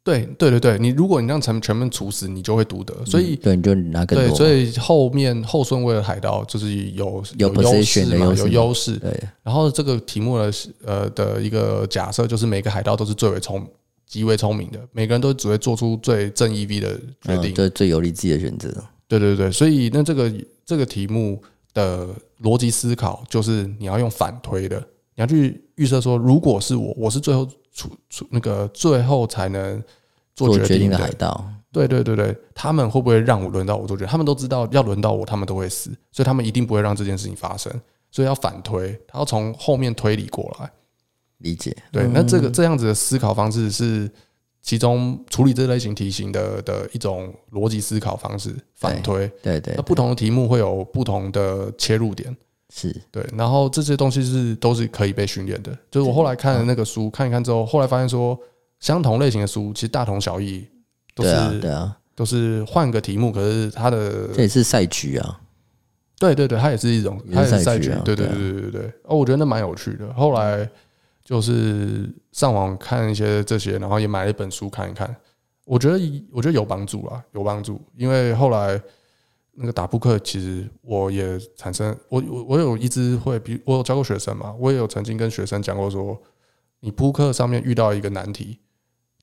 S2: 对对对对，你如果你让全全部处死，你就会读得。所以、
S1: 对你就拿嗯更
S2: 对，
S1: 多。
S2: 所以后面后顺位的海盗就是有
S1: 有
S2: 优
S1: position
S2: 势
S1: 的
S2: 嘛
S1: 优，势
S2: 有
S1: 嘛
S2: 优势。
S1: 对，
S2: 然后这个题目呢，是呃的一个假设就是每个海盗都是最为聪极为聪明的，每个人都只会做出最正义 V 的决定
S1: 嗯，。这最有利自己的选择。
S2: 对对对，所以那这个这个题目的逻辑思考就是你要用反推的，你要去预设说，如果是我，我是最后出出那个最后才能做
S1: 做
S2: 决
S1: 决定
S2: 定
S1: 的
S2: 的。
S1: 海盗，
S2: 对对对对，他们会不会让我轮到我做决定？他们都知道要轮到我，他们都会死，所以他们一定不会让这件事情发生。所以要反推，他要从后面推理过来。
S1: 理解。嗯
S2: 对，那这个这样子的思考方式是其中处理这类型题型的的一种逻辑思考方式，反推。
S1: 对对
S2: 那，不同的题目会有不同的切入点，
S1: 是
S2: 对，然后这些东西是都是可以被训练的。就是我后来看了那个书，看一看之后，后来发现说，相同类型的书其实大同小异，都
S1: 对啊，
S2: 是
S1: 对啊，
S2: 都是换个题目，可是它的
S1: 这也是赛局啊。
S2: 对对对，它也是一种，
S1: 也是
S2: 它也是
S1: 赛
S2: 赛
S1: 局
S2: 局
S1: 啊，
S2: 对对
S1: 对啊
S2: 对对对对。哦，我觉得那蛮有趣的。后来就是上网看一些这些，然后也买了一本书看一看。我觉得我觉得有帮助啊，有帮助。因为后来那个打扑克，其实我也产生，我我我有一直会，比我有教过学生嘛，我也有曾经跟学生讲过说，你扑克上面遇到一个难题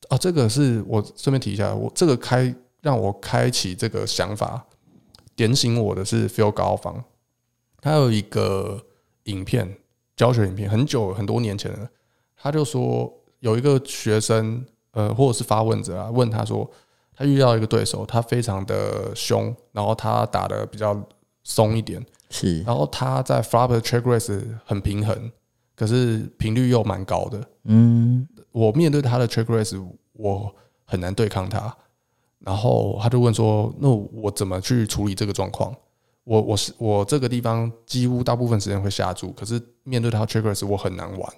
S2: 啊，这个是我顺便提一下，我这个开让我开启这个想法。点醒我的是 Phil 高方，他有一个影片教学影片，很久很多年前了。他就说有一个学生，呃，或者是发问者啊，问他说，他遇到一个对手，他非常的凶，然后他打的比较松一点，
S1: 是，
S2: 然后他在 flop check raise 很平衡，可是频率又蛮高的。
S1: 嗯，
S2: 我面对他的 check raise，我很难对抗他。然后他就问说：“那我怎么去处理这个状况？我我是我这个地方几乎大部分时间会下注，可是面对他的 check raise 我很难玩。”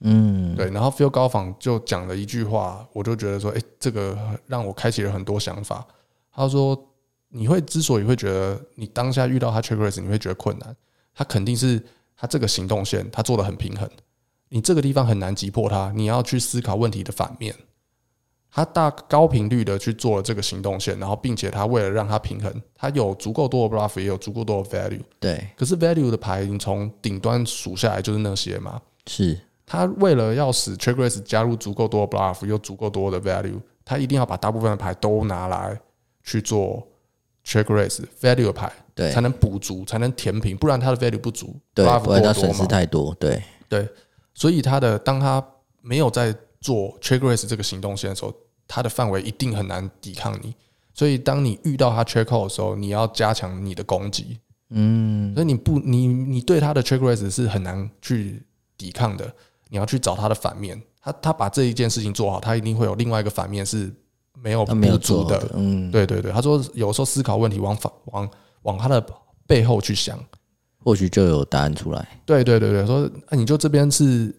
S1: 嗯，
S2: 对，然后 Phil 高仿就讲了一句话，我就觉得说，哎、这个让我开启了很多想法。他说，你会之所以会觉得你当下遇到他 check raise 你会觉得困难，他肯定是他这个行动线他做的很平衡，你这个地方很难击破他，你要去思考问题的反面。他大高频率的去做了这个行动线，然后并且他为了让它平衡，他有足够多的 bluff，也有足够多的 value。
S1: 对，
S2: 可是 value 的牌，你从顶端数下来就是那些嘛，
S1: 是，
S2: 他为了要使 check raise 加入足够多的 bluff，又足够多的 value，他一定要把大部分的牌都拿来去做 check raise value 的牌，
S1: 对
S2: 才能补足，才能填平，不然他的 value 不足
S1: 对，
S2: ，bluff
S1: 不然
S2: 过
S1: 他损
S2: 多
S1: 失
S2: 嘛，
S1: 太多，对，
S2: 所以他的当他没有在做 check raise 这个行动线的时候，他的范围一定很难抵抗你。所以当你遇到他 check call 的时候，你要加强你的攻击，
S1: 嗯，
S2: 所以你不，你你对他的 check raise 是很难去抵抗的，你要去找他的反面。他他把这一件事情做好，他一定会有另外一个反面是没有
S1: 他没有
S2: 补
S1: 做
S2: 足
S1: 好
S2: 的。
S1: 的，嗯，
S2: 对对对，他说有时候思考问题往反往往他的背后去想。
S1: 或许就有答案出来，
S2: 对对对对，说啊你就这边是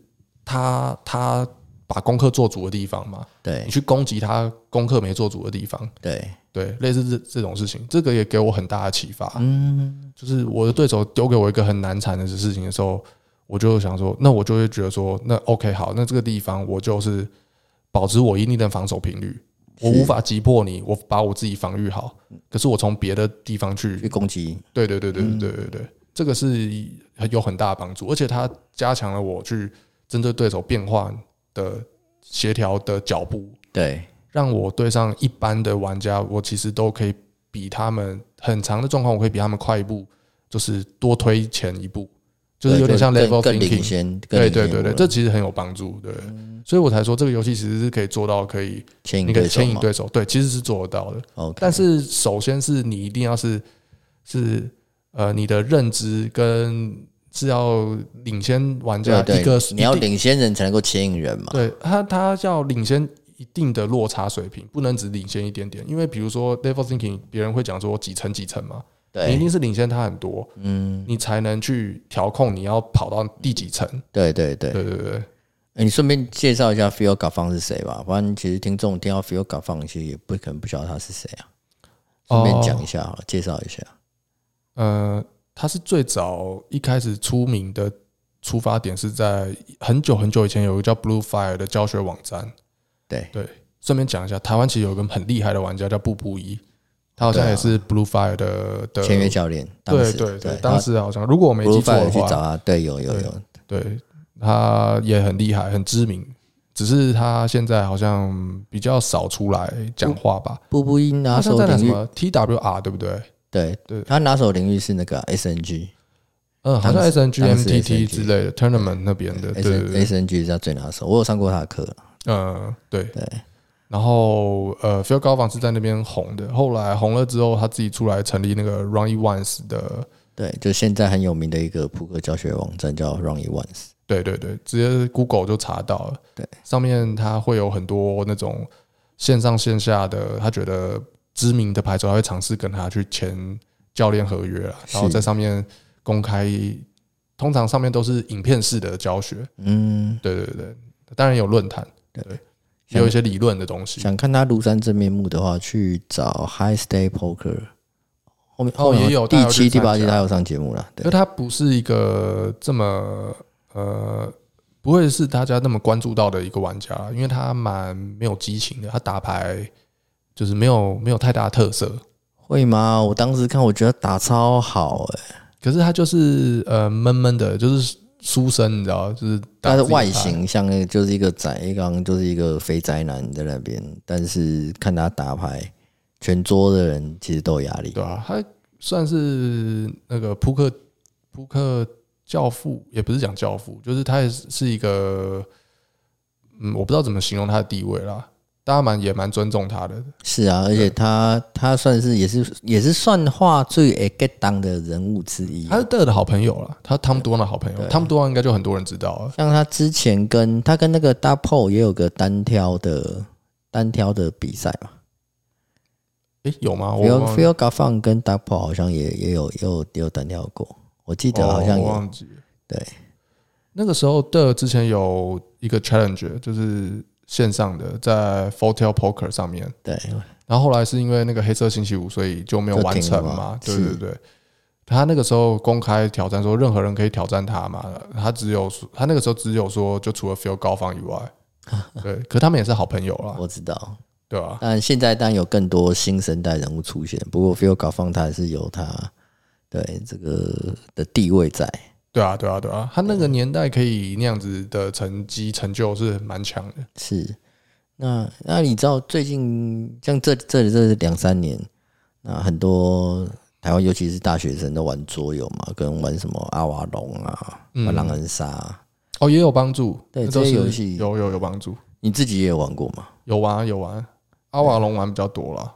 S2: 他他把功课做足的地方嘛，
S1: 对
S2: 你，去攻击他功课没做足的地方。
S1: 对，
S2: 对，类似这这种事情，这个也给我很大的启发。
S1: 嗯，
S2: 就是我的对手丢给我一个很难缠的事情的时候，我就想说，那我就会觉得说，那 OK 好，那这个地方我就是保持我一定的防守频率，我
S1: 是
S2: 无法击破你，我把我自己防御好，可是我从别的地方
S1: 去
S2: 去，
S1: 攻击，
S2: 对对对对对对对对，这个是很有很大的帮助，而且它加强了我去针对对手变化的协调的脚步，
S1: 对，
S2: 让我对上一般的玩家，我其实都可以比他们很长的状况，我可以比他们快一步，就是多推前一步，就是有点像
S1: 对就
S2: level
S1: 更更领
S2: thinking。
S1: 先，更
S2: 对
S1: 领先
S2: 对
S1: 我
S2: 对对，
S1: 了
S2: 这其实很有帮助，对，所以我才说这个游戏其实是可以做到，可以
S1: 牵
S2: 你
S1: 引
S2: 可以
S1: 对手
S2: 牵引
S1: 嘛
S2: 对手，对，其实是做得到的。
S1: 嗯，OK，
S2: 但是首先是你一定要是是呃，你的认知跟是要领先玩家
S1: 对对，
S2: 一个，
S1: 你要
S2: 一定
S1: 领先人才能够牵引人嘛，
S2: 对他他要领先一定的落差水平，不能只领先一点点，因为比如说 level thinking，别人会讲说几层几层嘛，你一
S1: 对，
S2: 定是领先他很多，
S1: 嗯，
S2: 你才能去调控你要跑到第几层。
S1: 对对对。
S2: 对对对
S1: 欸你顺便介绍一下 Phil g a f a n 是谁吧，不然其实听众听到 Phil g a f a n 其实也不可能不晓得他是谁啊。顺
S2: 哦
S1: 便讲一下好了，介绍一下。
S2: 呃，他是最早一开始出名的出发点是在很久很久以前有一个叫 Blue Fire 的教学网站。
S1: 对
S2: 对，顺便讲一下，台湾其实有一个很厉害的玩家叫步步一，他好像也是 Blue Fire 的的
S1: 啊签约教练，当
S2: 呃对
S1: 时
S2: 对
S1: 对
S2: 对，，当时好像如果我没记错
S1: Blue
S2: 的
S1: Fire 去找他，
S2: 话，
S1: 对，有有
S2: 对
S1: 有，
S2: 对，他也很厉害，很知名。只是他现在好像比较少出来讲话吧。
S1: 步步英拿
S2: 他现
S1: 手
S2: 在在什
S1: 领域，
S2: 么 TWR 对不对？
S1: 对
S2: 对
S1: 他拿手领域是那个 SNG，
S2: 嗯，好像
S1: 当时
S2: SNG、
S1: 当时
S2: MTT
S1: SNG
S2: 之类的 Tournament 那边的，对对
S1: S
S2: 对，
S1: SNG 是他最拿手，我有上过他的课，
S2: 嗯，对对。然后呃，Phil 高仿是在那边红的，后来红了之后，他自己出来成立那个 Run It Once 的，
S1: 对，就现在很有名的一个扑克教学网站叫 Run It Once，
S2: 对对对，直接 Google 就查到了。
S1: 对，
S2: 上面他会有很多那种线上线下的，他觉得知名的牌手，他会尝试跟他去签教练合约啊，
S1: 是
S2: 然后在上面公开，通常上面都是影片式的教学，
S1: 嗯，
S2: 对对对，当然有论坛，对，也有一些理论的东西，
S1: 想看他庐山真面目的话，去找 High Stay Poker，后面
S2: 哦
S1: 后面
S2: 也有
S1: 第
S2: 大家有
S1: 七、
S2: 去
S1: 第八
S2: 参
S1: 季
S2: 加
S1: 他有上节目了，
S2: 因
S1: 对
S2: 为它不是一个这么呃，不会是大家那么关注到的一个玩家，因为他蛮没有激情的，他打牌就是没有没有太大的特色，
S1: 会吗？我当时看，我觉得打超好哎、
S2: 可是他就是呃闷闷的，就是书生，你知道，就是打
S1: 但是
S2: 自己
S1: 外
S2: 牌
S1: 形像那个就是一个宅刚，就是一个肥宅男在那边，但是看他打牌，全桌的人其实都有压力。
S2: 对啊，他算是那个扑克扑克教父，也不是讲教父，就是他也是是一个，嗯，我不知道怎么形容他的地位啦，大家蛮也蛮尊重他的，
S1: 是啊，而且他他算是也是也是算话最 a get 当的人物之一。
S2: 他是德尔的好朋友啦，他汤姆多纳好朋友，汤姆多纳应该就很多人知道啊了。
S1: 像他之前跟他跟那个大 PO 也有个单挑的单挑的比赛嘛
S2: 诶，有吗？哦我
S1: ，Phil
S2: 忘
S1: Phil g a f a n 跟大 PO 好像也也有也有也有单挑过，我记得好像
S2: 哦我
S1: 有
S2: 忘记了。
S1: 对，
S2: 那个时候的之前有一个 challenge，就是线上的，在 f o r t e l Poker 上面，
S1: 对
S2: 然后后来是因为那个黑色星期五，所以就没有完
S1: 就
S2: 成
S1: 停了嘛
S2: 嘛。对
S1: 是
S2: 对对，他那个时候公开挑战说，任何人可以挑战他嘛。他只有说他那个时候只有说，就除了 Phil 高方以外， 对，可他们也是好朋友啦，
S1: 我知道。
S2: 对啊吧、
S1: 但现在当然有更多新生代人物出现，不过 Phil 搞放他还是有他对这个的地位在。
S2: 对啊，对啊，对啊，他那个年代可以那样子的成绩成就是蛮强的。
S1: 是，那那你知道最近像这这这两三年，那很多台湾尤其是大学生都玩桌游嘛，跟玩什么阿瓦隆啊、
S2: 嗯
S1: 玩狼人杀啊、
S2: 哦，也有帮助，
S1: 对
S2: 那都是
S1: 这些游戏
S2: 有有有帮助，
S1: 你自己也有玩过吗？
S2: 有玩啊有玩。阿瓦隆玩比较多啦，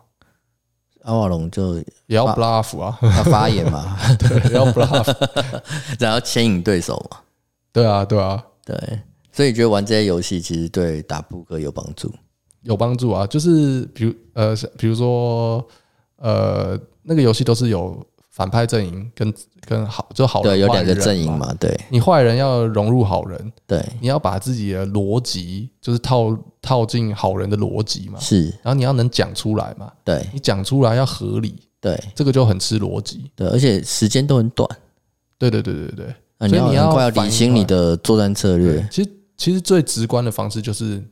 S1: 阿瓦隆就
S2: 也要 bluff 啊，
S1: 他发言嘛，
S2: 也要 bluff。
S1: 然后牵引对手嘛，
S2: 对啊，对啊，
S1: 对，所以你觉得玩这些游戏其实对打扑克有帮助？
S2: 有帮助啊。就是比如呃，像比如说呃，那个游戏都是有反派阵营跟跟好就好人
S1: 对，有两个
S2: 坏人
S1: 阵营
S2: 嘛。
S1: 嘛，对
S2: 你坏人要融入好人，
S1: 对。
S2: 你要把自己的逻辑就是套套进好人的逻辑嘛，
S1: 是
S2: 然后你要能讲出来嘛。
S1: 对
S2: 你讲出来要合理，
S1: 对
S2: 这个就很吃逻辑。
S1: 对，而且时间都很短，
S2: 对对对对对
S1: 啊、
S2: 所以
S1: 你
S2: 你
S1: 要
S2: 要
S1: 很快要
S2: 反
S1: 理
S2: 应
S1: 清
S2: 快
S1: 你的作战策略。
S2: 其实其实最直观的方式就是，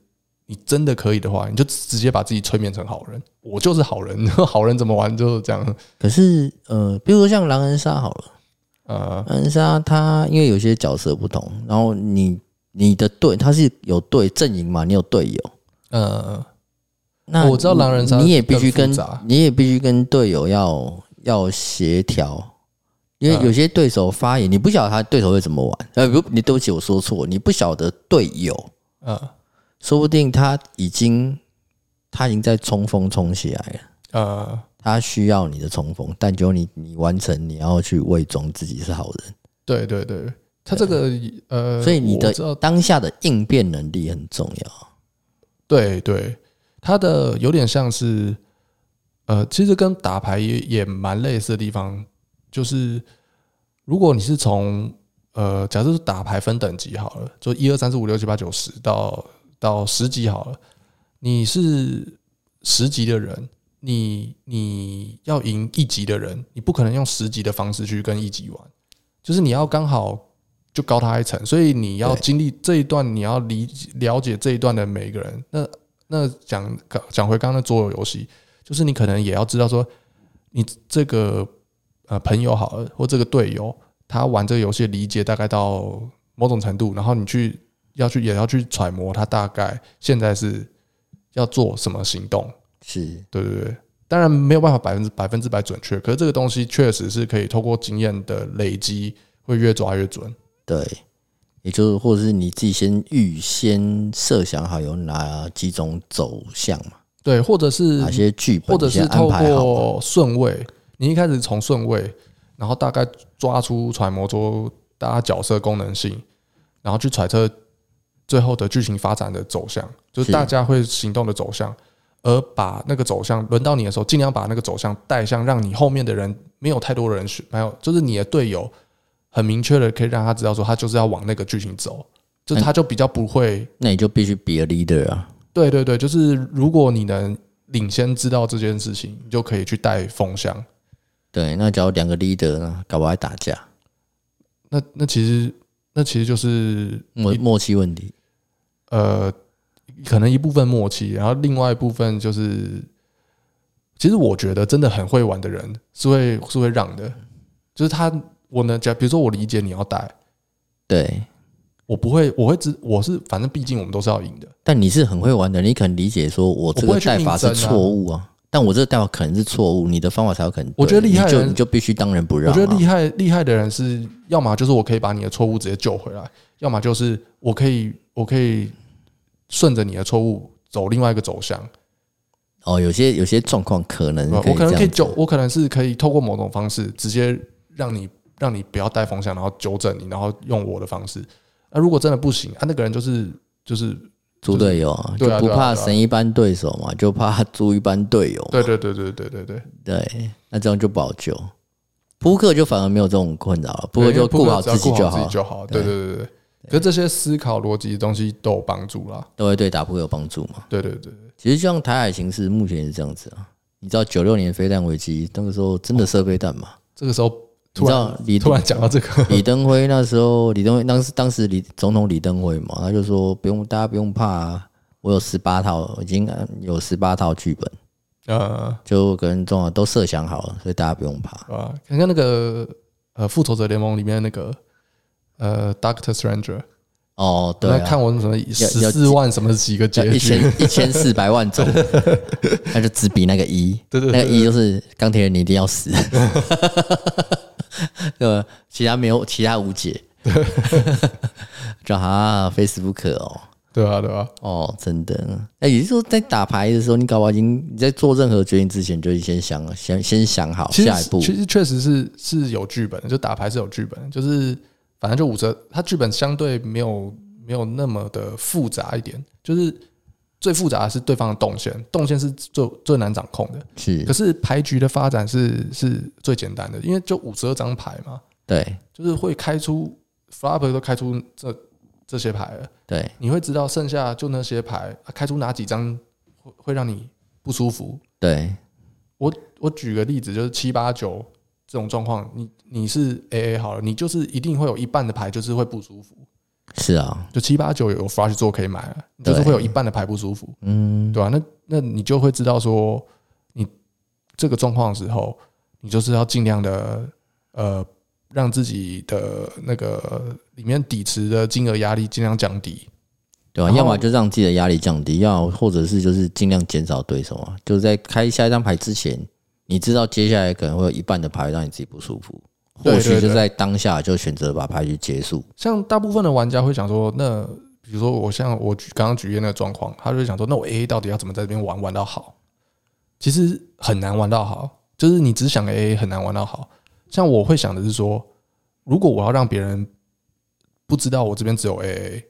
S2: 你真的可以的话，你就直接把自己催眠成好人。我就是好人， 好人怎么玩就是这样。
S1: 可是呃，比如说像狼人杀好了，
S2: 呃，
S1: 狼人杀它因为有些角色不同，然后你你的队他是有队阵营嘛，你有队友，
S2: 呃，
S1: 那
S2: 哦我知道狼人杀
S1: 你也必须跟
S2: 更复杂
S1: 你也必须跟队友要要协调，因
S2: 嗯
S1: 为有些对手发言，你不晓得他对手会怎么玩。呃，不，你对不起，我说错，你不晓得队友，
S2: 呃，
S1: 说不定他已经他已经在冲锋冲起来了，
S2: 呃，
S1: 他需要你的冲锋，但只有你你完成，你要去伪装自己是好人，
S2: 对对对，他这个呃，
S1: 所以你
S2: 我知道
S1: 的当下的应变能力很重要。
S2: 对对，它的有点像是，呃，其实跟打牌也也蛮类似的地方，就是如果你是从呃，假设是打牌分等级好了，就一二三四五六七八九十到到十级好了，你是十级的人，你你要赢一级的人，你不可能用十级的方式去跟一级玩，就是你要刚好。就高他一层，所以你要
S1: 对
S2: 经历这一段，你要理解了解这一段的每一个人。那那讲讲回刚刚的桌游游戏，就是你可能也要知道说，你这个呃朋友好了，或这个队友，他玩这个游戏的理解大概到某种程度，然后你去要去也要去揣摩他大概现在是要做什么行动。
S1: 是，
S2: 对对对，当然没有办法百分之百分之百准确，可是这个东西确实是可以透过经验的累积，会越抓越准。
S1: 对，也就是或者是你自己先预先设想好有哪几种走向嘛，
S2: 对，或者是
S1: 哪些剧本
S2: 嗯或者
S1: 你先
S2: 是
S1: 安
S2: 透
S1: 排好嘛。
S2: 过顺位，你一开始从顺位，然后大概抓出揣摩出大家角色功能性，然后去揣测最后的剧情发展的走向，就是
S1: 是
S2: 大家会行动的走向，而把那个走向轮到你的时候，尽量把那个走向带向，让你后面的人没有太多的人选，没有就是你的队友很明确的可以让他知道说他就是要往那个剧情走，就
S1: 哎
S2: 他就比较不会
S1: 那你就必须比个 leader 啊，
S2: 对对对，就是如果你能领先知道这件事情，你就可以去带风向。
S1: 对，那只要两个 leader 呢，搞不好还打架，
S2: 那那其实那其实就是
S1: 默默契问题。
S2: 呃，可能一部分默契，然后另外一部分就是，其实我觉得真的很会玩的人是会是会让的，就是他我能讲，比如说我理解你要带，
S1: 对，
S2: 我不会，我会知我是反正毕竟我们都是要赢的，
S1: 但你是很会玩的，你肯理解说我这
S2: 我不
S1: 个
S2: 会去
S1: 带法是
S2: 硬争啊
S1: 错误啊，但我这个带法可能是错误，你的方法才有可能对。
S2: 我觉得厉
S1: 你
S2: 害的
S1: 就
S2: 人
S1: 你就必须当仁不让、
S2: 我
S1: 啊。
S2: 觉得厉害厉害的人是，要么就是我可以把你的错误直接救回来，要么就是我可以我可以顺着你的错误走另外一个走向。
S1: 哦，有些有些状况可能
S2: 我
S1: 可以
S2: 可
S1: 这
S2: 能可以
S1: 样子
S2: 纠，我可能是可以透过某种方式直接让你让你不要带风向，然后纠正你，然后用我的方式。那、如果真的不行啊，那个人就是就是
S1: 猪队友啊，就
S2: 对啊
S1: 不
S2: 对啊
S1: 怕
S2: 对啊
S1: 神一般对手嘛，就怕猪一般队友嘛。
S2: 对对对对对对对，
S1: 对，那这样就不好救。扑克就反而没有这种困扰了，扑克
S2: 对因
S1: 就
S2: 为
S1: 顾好
S2: 只要
S1: 自己
S2: 顾
S1: 就
S2: 好
S1: 好
S2: 自己
S1: 了，
S2: 就好。对对对对对，可是这些思考逻辑的东西都有帮助啦。
S1: 都会对打扑克有帮助嘛。
S2: 对对对，对
S1: 其实就像台海形势目前也是这样子啊。你知道九六年飞弹危机那个时候真的射飞弹嘛？
S2: 这个时候
S1: 你
S2: 突
S1: 知
S2: 然
S1: 道李
S2: 突然讲到这个，
S1: 李登辉那时候，李登辉当时当时李总统李登辉嘛，他就说不用大家不用怕、啊，我有十八套，已经呃有十八套剧本，
S2: 呃
S1: 就跟中华都设想好了，所以大家不用怕。
S2: 啊，看看那个呃《复仇者联盟》里面那个呃 Doctor Stranger，
S1: 哦，对、
S2: 我在
S1: 啊，
S2: 看我什么
S1: 要
S2: 十四万什么几个
S1: 就
S2: 结
S1: 一
S2: 局，
S1: 千一千四百万种，那就只比那个一，
S2: 对对
S1: 那
S2: 对
S1: 个一就是钢铁人你一定要死， 对吧？其他没有，其他无解。 就啊，非死不可哦，
S2: 对啊对啊，
S1: 哦，真的。哎、也就是说，在打牌的时候，你搞不好已经你在做任何决定之前，就已经先想了，先先想好
S2: 其
S1: 下一
S2: 实
S1: 步。
S2: 其实确实是是有剧本的，就打牌是有剧本的，就是反正就五折，它剧本相对没有没有那么的复杂一点，就是最复杂的是对方的动线，动线是最最难掌控的，
S1: 是
S2: 可，是牌局的发展是是最简单的，因为就五十二张牌嘛，
S1: 对
S2: 就是会开出 flop 都开出这这些牌了，
S1: 对，
S2: 你会知道剩下就那些牌，啊开出哪几张会会让你不舒服。
S1: 对，
S2: 我我举个例子，就是七八九这种状况，你你是 A A 好了，你就是一定会有一半的牌就是会不舒服，
S1: 是啊，
S2: 就七八九有 flush 做可以买了，你就是
S1: 对
S2: 会有一半的牌不舒服，
S1: 嗯，
S2: 对吧、啊那那你就会知道说，你这个状况的时候，你就是要尽量的呃让自己的那个里面底池的金额压力尽量降低。
S1: 对吧、
S2: 然后
S1: 要么就让自己的压力降低，要或者是就是尽量减少对手啊。就是在开下一张牌之前，你知道接下来可能会有一半的牌让你自己不舒服，
S2: 对
S1: 或许
S2: 对
S1: 就
S2: 对
S1: 在当下就选择把牌去结束。
S2: 像大部分的玩家会想说，那比如说我像我举刚刚举例那个状况，他就会想说，那我 AA 到底要怎么在这边玩玩到好？其实很难玩到好，就是你只想 AA 很难玩到好。像我会想的是说，如果我要让别人不知道我这边只有 AA，这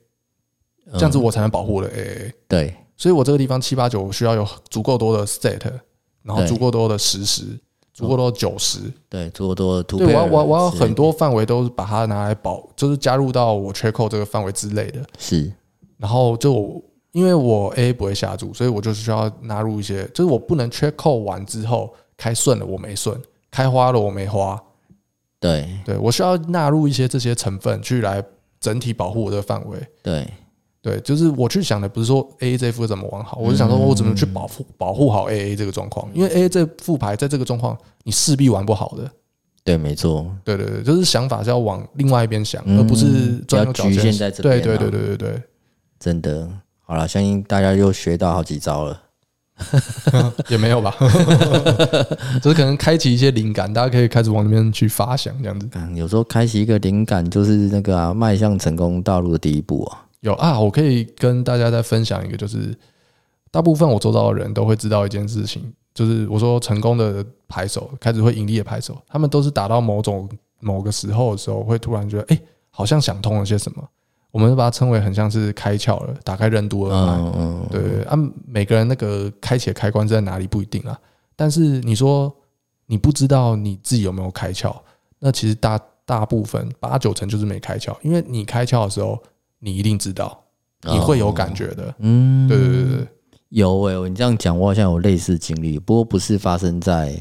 S1: 嗯
S2: 样子我才能保护我的 AA。
S1: 对，
S2: 所以我这个地方七八九我需要有足够多的 set，然后
S1: 对嗯
S2: 足够多的实时，足够多的九十，
S1: 对，做多突
S2: 对，我要我要我要
S1: 之类的
S2: 很多范围都是把它拿来保，就是加入到我缺扣这个范围之类的。
S1: 是
S2: 然后就我因为我 A 不会下注，所以我就是需要纳入一些，就是我不能缺扣完之后开顺了我没顺，开花了我没花，
S1: 对
S2: 对我需要纳入一些这些成分去来整体保护我的范围。
S1: 对
S2: 对，就是我去想的不是说 A 这副怎么玩好，我是想说
S1: 嗯
S2: 我怎么去保护保护好 A A 这个状况，因为 A A 这副牌在这个状况你势必玩不好的。
S1: 对，没错，
S2: 对对对，就是想法是要往另外一边想，
S1: 嗯
S2: 而不是钻
S1: 不
S2: 牛角
S1: 要局
S2: 尖。
S1: 限在这边
S2: 对
S1: 啊
S2: 对对对对对，
S1: 真的。好了，相信大家又学到好几招了。
S2: 也没有吧， 只是可能开启一些灵感，大家可以开始往那边去发想，这样子。
S1: 嗯，有时候开启一个灵感，就是那个啊，迈向成功道路的第一步啊。
S2: 有啊，我可以跟大家再分享一个，就是大部分我周遭的人都会知道一件事情，就是我说成功的牌手开始会盈利的牌手，他们都是打到某种某个时候的时候，会突然觉得，哎、好像想通了些什么。我们把它称为很像是开窍了，打开任督二脉。
S1: 嗯嗯，
S2: 对啊，每个人那个开启的开关是在哪里不一定啊。但是你说你不知道你自己有没有开窍，那其实大大部分八九成就是没开窍，因为你开窍的时候，你一定知道，你会有感觉的。
S1: 嗯，
S2: 对对对对，
S1: 有诶、你这样讲，我好像有类似经历，不过不是发生在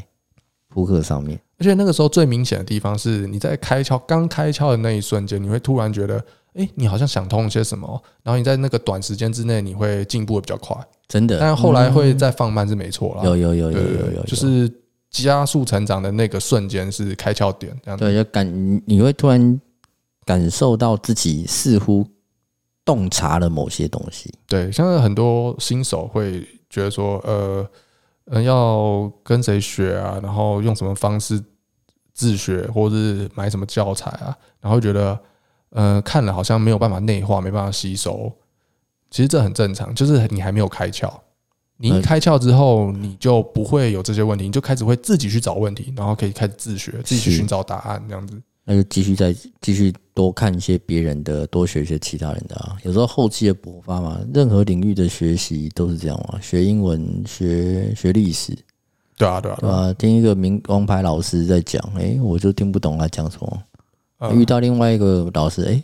S1: 扑克上面。
S2: 而且那个时候最明显的地方是，你在开窍刚开窍的那一瞬间，你会突然觉得，哎、你好像想通了些什么，然后你在那个短时间之内，你会进步的比较快，
S1: 真的，
S2: 但后来会再放慢是没错啦。
S1: 有有有有
S2: 对
S1: 有
S2: 对
S1: 有
S2: 对，
S1: 有，
S2: 就是加速成长的那个瞬间是开窍点，这样子。
S1: 对，就感你会突然感受到自己似乎洞察了某些东西。
S2: 对，现在很多新手会觉得说，呃，呃要跟谁学啊，然后用什么方式自学，或是买什么教材啊，然后觉得，呃，看了好像没有办法内化，没办法吸收。其实这很正常，就是你还没有开窍。你一
S1: 嗯
S2: 开窍之后，你就不会有这些问题，你就开始会自己去找问题，然后可以开始自学，自己去
S1: 是
S2: 寻找答案，这样子。
S1: 那就继续再继续多看一些别人的，多学一些其他人的啊。有时候后期的勃发嘛，任何领域的学习都是这样嘛。学英文，学学历史，
S2: 对啊，对啊，
S1: 对
S2: 对啊。
S1: 吧？听一个名王牌老师在讲，诶、我就听不懂他讲什么。
S2: 呃
S1: 遇到另外一个老师，诶、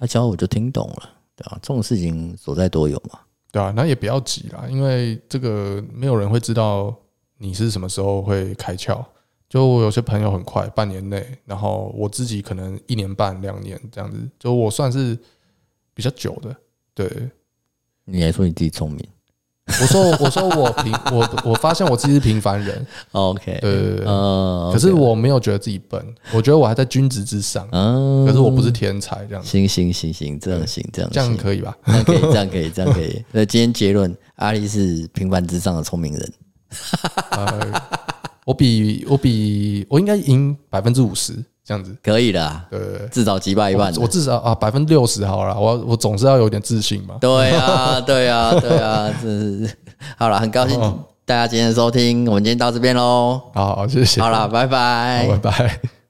S1: 他教我就听懂了，对吧、这种事情所在多有嘛。
S2: 对啊，那也不要急啦，因为这个没有人会知道你是什么时候会开窍。就我有些朋友很快，半年内，然后我自己可能一年半、两年这样子，就我算是比较久的。对，
S1: 你还说你自己聪明
S2: 我说我说我平我我发现我自己是平凡人，
S1: ？OK，
S2: 对对对对，
S1: 呃，
S2: 可是
S1: OK
S2: 我没有觉得自己笨，我觉得我还在均值之上，
S1: 嗯，
S2: 可是我不是天才这样子，
S1: 行行行行，这样行这样
S2: 这样
S1: 行
S2: 可以吧？
S1: 这样可以，这样可以，这样可 以。那今天结论，阿力是平凡之上的聪明人。
S2: 呃，我比我比我应该赢百分之五十这样子，
S1: 可以啦，
S2: 对对对。
S1: 至少击败一半
S2: 我。我至少啊百分之六十好了，我我总是要有点自信嘛。
S1: 对啊，对啊，对啊，真是好了，很高兴
S2: 哦
S1: 大家今天的收听，我们今天到这边喽。
S2: 好，谢谢，
S1: 好了，拜
S2: 好，
S1: 拜
S2: 拜。拜。